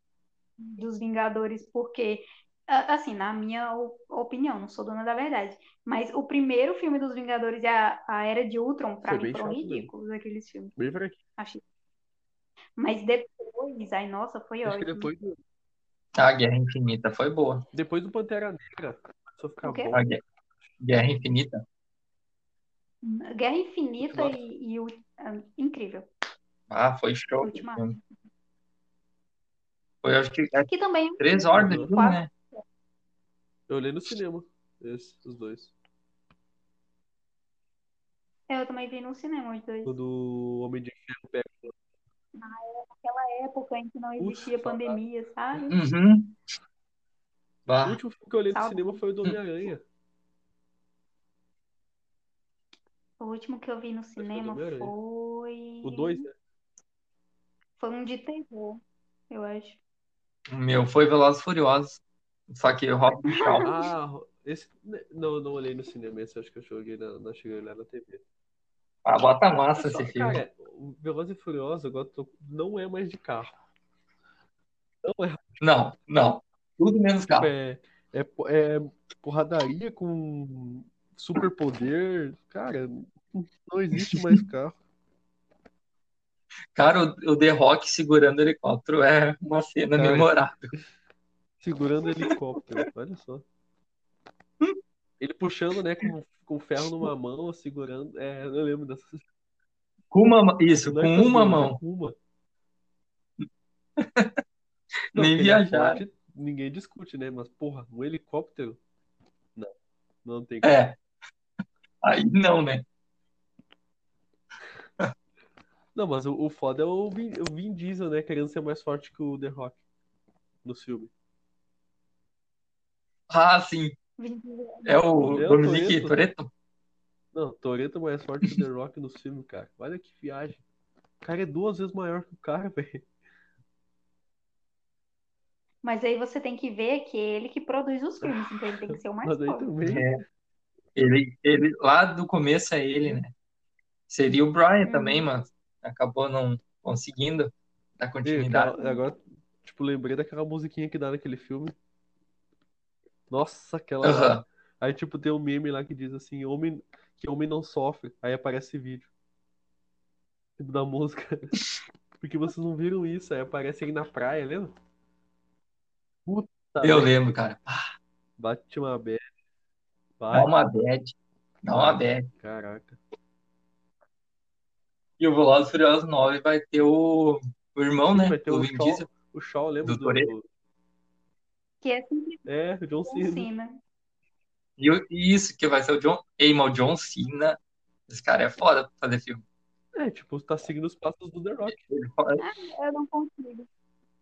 [SPEAKER 2] dos Vingadores, porque, a- assim, na minha o- opinião, não sou dona da verdade, mas o primeiro filme dos Vingadores e a, a Era de Ultron, pra
[SPEAKER 3] Foi
[SPEAKER 2] mim,
[SPEAKER 3] bem
[SPEAKER 2] foram
[SPEAKER 3] chato mesmo.
[SPEAKER 2] ridículos aqueles filmes.
[SPEAKER 3] Bem por aqui.
[SPEAKER 2] Mas depois, ai, nossa, foi
[SPEAKER 3] Acho que
[SPEAKER 2] ótimo.
[SPEAKER 3] depois do,
[SPEAKER 1] A Guerra Infinita foi boa.
[SPEAKER 3] depois do Pantera Negra começou a ficar
[SPEAKER 2] O quê?
[SPEAKER 3] bom.
[SPEAKER 1] A Gue- Guerra Infinita.
[SPEAKER 2] Guerra Infinita
[SPEAKER 3] Nossa.
[SPEAKER 2] e, e o... ah, Incrível.
[SPEAKER 1] Ah, foi show. esse
[SPEAKER 2] Ultimato.
[SPEAKER 1] filme. Foi, acho que é,
[SPEAKER 2] Que também
[SPEAKER 1] três horas de
[SPEAKER 3] Uhum.
[SPEAKER 1] filme, né?
[SPEAKER 3] Eu olhei no cinema, esse, os dois.
[SPEAKER 2] Eu também vi no cinema os dois.
[SPEAKER 3] Quando o Homem de Ferro pega
[SPEAKER 2] Na época em que não
[SPEAKER 3] Puxa,
[SPEAKER 2] existia
[SPEAKER 3] saudade.
[SPEAKER 2] pandemia, sabe?
[SPEAKER 1] Uhum.
[SPEAKER 3] O
[SPEAKER 1] Bah,
[SPEAKER 3] último filme que eu olhei no
[SPEAKER 2] Sabe?
[SPEAKER 3] cinema foi o do Homem-Aranha.
[SPEAKER 2] O último que eu vi no cinema
[SPEAKER 3] Homem-Aranha.
[SPEAKER 2] foi.
[SPEAKER 3] O 2, né?
[SPEAKER 2] Foi um de terror, eu acho.
[SPEAKER 1] o meu foi Velozes e Furiosos. Só que o Robin Shaw.
[SPEAKER 3] Ah, esse. Não, eu não olhei no cinema, esse eu acho que eu joguei na, na cheguei lá na TV.
[SPEAKER 1] Ah, bota massa
[SPEAKER 3] Só-
[SPEAKER 1] esse filme.
[SPEAKER 3] cara, É, o Veloz e Furioso agora tô- não é mais de carro.
[SPEAKER 1] Não, não. Tudo menos carro.
[SPEAKER 3] É, é, po- é porradaria com superpoder. Cara, não existe mais carro.
[SPEAKER 1] Cara, o, o The Rock segurando o helicóptero é uma cena
[SPEAKER 3] Cara.
[SPEAKER 1] memorável.
[SPEAKER 3] Segurando helicóptero, olha só. Ele puxando, né, com, com ferro numa mão, segurando. É, eu lembro dessa.
[SPEAKER 1] Com uma, ma- isso, né,
[SPEAKER 3] Não é
[SPEAKER 1] com
[SPEAKER 3] duas,
[SPEAKER 1] uma
[SPEAKER 3] é
[SPEAKER 1] mão.
[SPEAKER 3] com <laughs> uma.
[SPEAKER 1] Nem
[SPEAKER 3] porque ele é
[SPEAKER 1] viajaram.
[SPEAKER 3] forte, ninguém discute, né? Mas, porra, um helicóptero? Não. Não tem como.
[SPEAKER 1] É. Aí não, né?
[SPEAKER 3] Não, mas o, o foda é o Vin, o Vin Diesel, né? Querendo ser mais forte que o The Rock no filme.
[SPEAKER 1] Ah, sim. É o
[SPEAKER 3] Eu,
[SPEAKER 1] Dominique
[SPEAKER 3] Toretto.
[SPEAKER 1] Toretto?
[SPEAKER 3] Não, Toreto mais forte que o The Rock no filme, cara. Olha que viagem. O cara é duas vezes maior que o cara, <laughs> velho.
[SPEAKER 2] Mas aí você tem que ver que é ele que produz os filmes, então ele tem
[SPEAKER 3] <laughs>
[SPEAKER 2] que ser o mais
[SPEAKER 3] Mas aí
[SPEAKER 2] forte.
[SPEAKER 3] também.
[SPEAKER 1] É. Ele, ele, lá do começo é ele, né? Seria o Brian
[SPEAKER 3] Hum.
[SPEAKER 2] Uhum.
[SPEAKER 1] também, mas acabou não conseguindo dar
[SPEAKER 3] Ei,
[SPEAKER 1] continuidade.
[SPEAKER 3] cara, agora, tipo, lembrei daquela musiquinha que dá naquele filme. Nossa, aquela.
[SPEAKER 1] Aham.
[SPEAKER 3] Aí, tipo, tem um meme lá que diz assim, homem, que homem não sofre. Aí aparece vídeo. Tipo, da música. <laughs> Porque vocês não viram isso. Aí aparece ele na praia, lembra? Puta,
[SPEAKER 1] Eu
[SPEAKER 3] velho.
[SPEAKER 1] lembro, cara.
[SPEAKER 3] Bate uma bad.
[SPEAKER 1] Dá
[SPEAKER 3] Vai,
[SPEAKER 1] uma bad. Dá uma bad.
[SPEAKER 3] caraca.
[SPEAKER 1] E o Velozes e Furiosos 9 vai ter o, o irmão,
[SPEAKER 3] Sim,
[SPEAKER 1] né?
[SPEAKER 3] vai ter
[SPEAKER 1] do
[SPEAKER 3] o
[SPEAKER 1] Vin
[SPEAKER 3] Shaw.
[SPEAKER 1] Diesel.
[SPEAKER 3] O Shaw, lembra
[SPEAKER 1] Do
[SPEAKER 3] do... do...
[SPEAKER 2] Que é sempre
[SPEAKER 3] É, o
[SPEAKER 2] John
[SPEAKER 3] John Cena.
[SPEAKER 2] Cena.
[SPEAKER 1] E o- e isso que vai ser o John... Ei, mas o John Cena. Esse cara é foda pra fazer filme.
[SPEAKER 3] É, tipo, tá seguindo os passos do The Rock.
[SPEAKER 1] Ele fala-
[SPEAKER 2] Eu não consigo.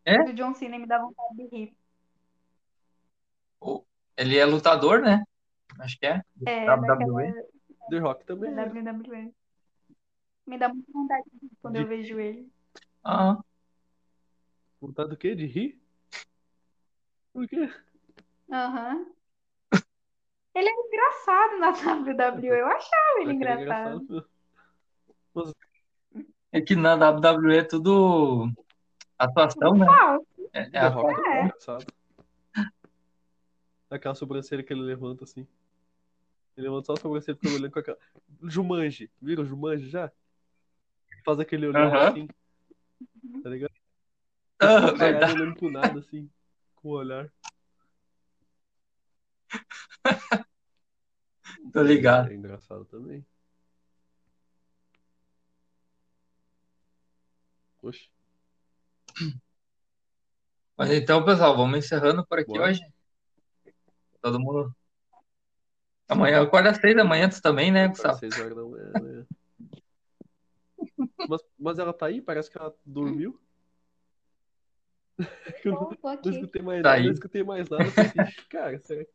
[SPEAKER 1] É?
[SPEAKER 2] O John Cena me dá vontade de rir.
[SPEAKER 1] Ele é lutador, né? Acho que é.
[SPEAKER 2] É,
[SPEAKER 1] WWE.
[SPEAKER 3] The Rock também.
[SPEAKER 2] daquela
[SPEAKER 3] né?
[SPEAKER 2] WWE. Me dá muita vontade de rir quando
[SPEAKER 1] De-
[SPEAKER 2] eu vejo ele.
[SPEAKER 1] Ah,
[SPEAKER 3] Vontade é. do quê? De rir? Por quê?
[SPEAKER 2] Aham. Ele é engraçado na WWE. Eu achava ele
[SPEAKER 3] Aquele
[SPEAKER 2] engraçado.
[SPEAKER 1] é que na WWE é tudo atuação, né?
[SPEAKER 2] Ah,
[SPEAKER 1] É, é
[SPEAKER 3] The Rock
[SPEAKER 1] atuação.
[SPEAKER 3] é
[SPEAKER 2] é.
[SPEAKER 3] engraçado. Aquela sobrancelha que ele levanta assim. Ele levanta só a sobrancelha porque eu olhando com aquela. Jumanji. Viram o Jumanji já? Faz aquele olhar
[SPEAKER 1] Aham.
[SPEAKER 3] assim. Tá ligado?
[SPEAKER 1] <laughs> Ah,
[SPEAKER 3] Parado
[SPEAKER 1] verdade.
[SPEAKER 3] olhando pro nada assim. Com o olhar.
[SPEAKER 1] <laughs> Tô ligado.
[SPEAKER 3] É engraçado também. Oxe.
[SPEAKER 1] Mas então, pessoal, vamos encerrando por aqui
[SPEAKER 3] Bora.
[SPEAKER 1] hoje. Todo mundo. Amanhã acorda às seis da manhã, tu também, né, Gustavo?
[SPEAKER 3] Seis horas da manhã, né? é. Mas, mas ela tá aí? Parece que ela dormiu. <laughs> Que eu não-
[SPEAKER 2] eu tô
[SPEAKER 3] Não
[SPEAKER 2] aqui.
[SPEAKER 3] escutei mais
[SPEAKER 1] Tá
[SPEAKER 3] nada,
[SPEAKER 1] aí.
[SPEAKER 3] não escutei mais nada. eu falei, "Ixi, Cara, será que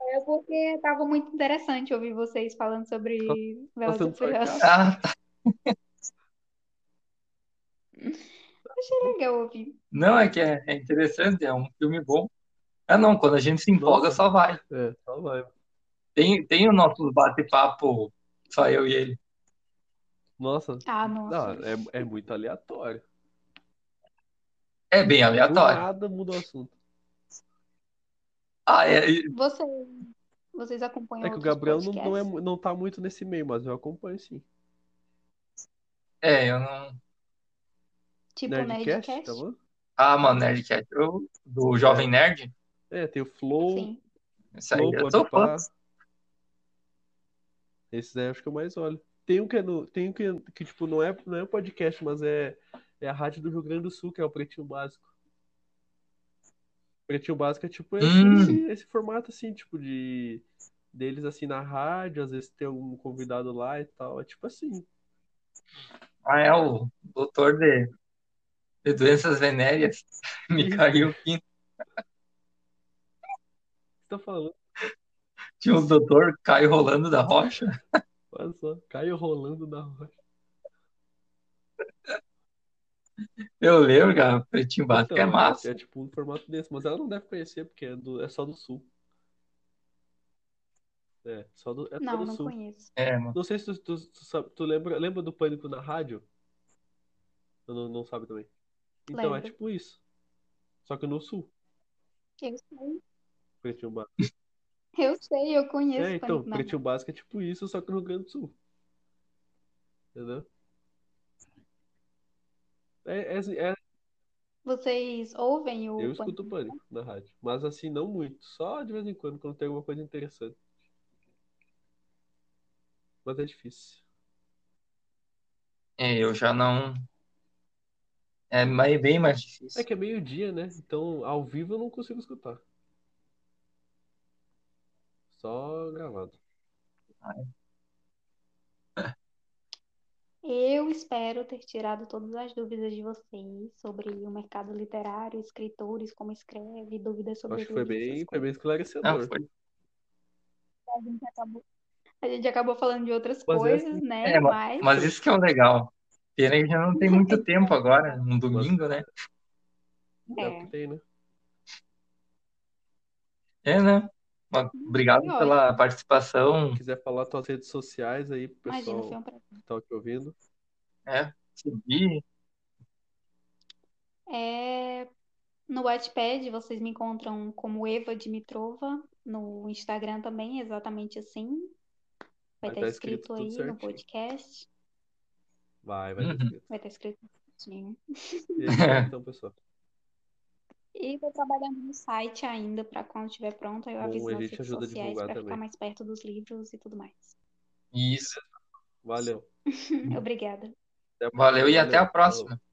[SPEAKER 2] É porque tava muito interessante ouvir vocês falando sobre
[SPEAKER 3] Tá
[SPEAKER 2] Velozes e
[SPEAKER 3] sendo
[SPEAKER 2] Furiosos.
[SPEAKER 3] sarcástico.
[SPEAKER 1] Ah, tá.
[SPEAKER 2] <laughs> Achei legal ouvir.
[SPEAKER 1] Não, é que é, é interessante, é um filme bom. Ah, não, quando a gente se empolga,
[SPEAKER 3] Nossa.
[SPEAKER 1] só vai.
[SPEAKER 3] é, só vai.
[SPEAKER 1] Tem, tem o nosso bate-papo, só eu e ele.
[SPEAKER 3] Nossa,
[SPEAKER 2] Ah, nossa.
[SPEAKER 3] não, é, é muito aleatório.
[SPEAKER 1] É bem
[SPEAKER 3] Do
[SPEAKER 1] aleatório.
[SPEAKER 3] nada muda o assunto.
[SPEAKER 1] Ah, é, e-
[SPEAKER 2] Você, vocês acompanham
[SPEAKER 3] É que o
[SPEAKER 2] outros
[SPEAKER 3] Gabriel não, não, é,
[SPEAKER 2] podcasts?
[SPEAKER 3] mu- não tá muito nesse meio, mas eu acompanho sim.
[SPEAKER 1] é, eu não.
[SPEAKER 2] Tipo
[SPEAKER 3] Nerdcast,
[SPEAKER 2] Nerdcast?
[SPEAKER 3] tá bom?
[SPEAKER 1] Ah, mano, Nerdcat, eu, do Jovem Nerd.
[SPEAKER 3] É, tem o Flow,
[SPEAKER 2] Sim.
[SPEAKER 1] Isso aí,
[SPEAKER 3] Flow,
[SPEAKER 1] eu sou fã.
[SPEAKER 3] Podpah. Esses aí eu acho que eu mais olho. Tem um que é no, tem um que, que tipo, não é, não é um podcast, mas é, é a rádio do Rio Grande do Sul, que é o Pretinho Básico. Pretinho Básico é tipo esse,
[SPEAKER 1] Hum.
[SPEAKER 3] esse, esse formato assim, tipo, de deles assim na rádio, às vezes tem algum convidado lá e tal. É tipo assim.
[SPEAKER 1] Ah, é o doutor de, de doenças venéreas, <laughs> Mikhail Quinto.
[SPEAKER 3] Você tá falando?
[SPEAKER 1] Tinha o doutor Caio Rolando da Rocha.
[SPEAKER 3] Olha só, Caio Rolando da Rocha.
[SPEAKER 1] Eu lembro, cara, Pretinho Básico é
[SPEAKER 3] Então,
[SPEAKER 1] massa.
[SPEAKER 3] É tipo um formato desse, mas ela não deve conhecer, porque é, do- é só do sul. É, só do, é só
[SPEAKER 2] Não,
[SPEAKER 3] do
[SPEAKER 2] não
[SPEAKER 3] sul.
[SPEAKER 2] conheço.
[SPEAKER 1] É, mano.
[SPEAKER 3] Não sei se tu, tu- tu sabe- tu lembra, lembra do pânico na rádio? Eu não, não sabe também. Então é
[SPEAKER 2] Lembro.
[SPEAKER 3] tipo isso. Só que no sul,
[SPEAKER 2] Eu sei,
[SPEAKER 3] Pretinho Básico.
[SPEAKER 2] eu sei, eu conheço
[SPEAKER 3] É,
[SPEAKER 2] o Pânico
[SPEAKER 3] então,
[SPEAKER 2] na Rua.
[SPEAKER 3] Pretinho Básico é tipo isso, só que no Rio Grande do Sul. Entendeu? É, é- é-
[SPEAKER 2] Vocês ouvem o
[SPEAKER 3] eu
[SPEAKER 2] Pânico?
[SPEAKER 3] escuto o pânico na rádio. Mas assim, não muito. Só de vez em quando, quando tem alguma coisa interessante. Mas é difícil.
[SPEAKER 1] É, eu já não. É mais- bem mais
[SPEAKER 3] É
[SPEAKER 1] difícil.
[SPEAKER 3] que é meio-dia, né? Então, ao vivo eu não consigo escutar. Só gravado.
[SPEAKER 2] Eu espero ter tirado todas as dúvidas de vocês sobre o mercado literário, escritores, como escreve, dúvidas
[SPEAKER 3] Eu
[SPEAKER 2] sobre
[SPEAKER 3] acho que foi
[SPEAKER 2] livros, essas
[SPEAKER 3] bem, foi bem
[SPEAKER 1] Não,
[SPEAKER 3] esclarecedor.
[SPEAKER 1] Ah, foi.
[SPEAKER 2] coisas. A gente acabou, a gente acabou falando de outras
[SPEAKER 3] Mas é
[SPEAKER 2] coisas,
[SPEAKER 3] assim,
[SPEAKER 2] né?
[SPEAKER 1] É, ma-
[SPEAKER 2] Mas
[SPEAKER 1] mas isso que é o legal. Pena que já não tem muito tempo agora, um domingo, né?
[SPEAKER 3] É o
[SPEAKER 2] É.
[SPEAKER 3] que tem, né?
[SPEAKER 1] É, né? Mas Obrigado
[SPEAKER 2] Foi
[SPEAKER 1] pela participação.
[SPEAKER 3] Se quiser falar tuas redes sociais aí pro
[SPEAKER 2] imagina, foi
[SPEAKER 3] pessoal
[SPEAKER 2] um prazer.
[SPEAKER 3] que tá aqui ouvindo.
[SPEAKER 1] É, seguir.
[SPEAKER 2] É, no Wattpad vocês me encontram como Eva Dimitrova, no Instagram também, exatamente assim. Vai
[SPEAKER 3] Vai
[SPEAKER 2] estar
[SPEAKER 3] tá escrito
[SPEAKER 2] escrito
[SPEAKER 3] tudo
[SPEAKER 2] aí no
[SPEAKER 3] certinho.
[SPEAKER 2] podcast.
[SPEAKER 3] Vai, vai tá
[SPEAKER 1] Uhum.
[SPEAKER 3] escrito.
[SPEAKER 2] Vai estar escrito certinho.
[SPEAKER 3] E é isso aí, então, pessoal.
[SPEAKER 2] E vou trabalhando no site ainda, para quando estiver pronto, aí eu
[SPEAKER 3] Bom,
[SPEAKER 2] aviso
[SPEAKER 3] a
[SPEAKER 2] nas
[SPEAKER 3] gente
[SPEAKER 2] redes
[SPEAKER 3] ajuda a
[SPEAKER 2] sociais
[SPEAKER 3] divulgar
[SPEAKER 2] para ficar
[SPEAKER 3] também.
[SPEAKER 2] mais perto dos livros e tudo mais.
[SPEAKER 3] <laughs>
[SPEAKER 1] Isso.
[SPEAKER 3] Valeu.
[SPEAKER 2] Obrigada.
[SPEAKER 3] Até a
[SPEAKER 1] Valeu e
[SPEAKER 3] próxima.
[SPEAKER 1] até a
[SPEAKER 3] Valeu. Falou.
[SPEAKER 1] próxima.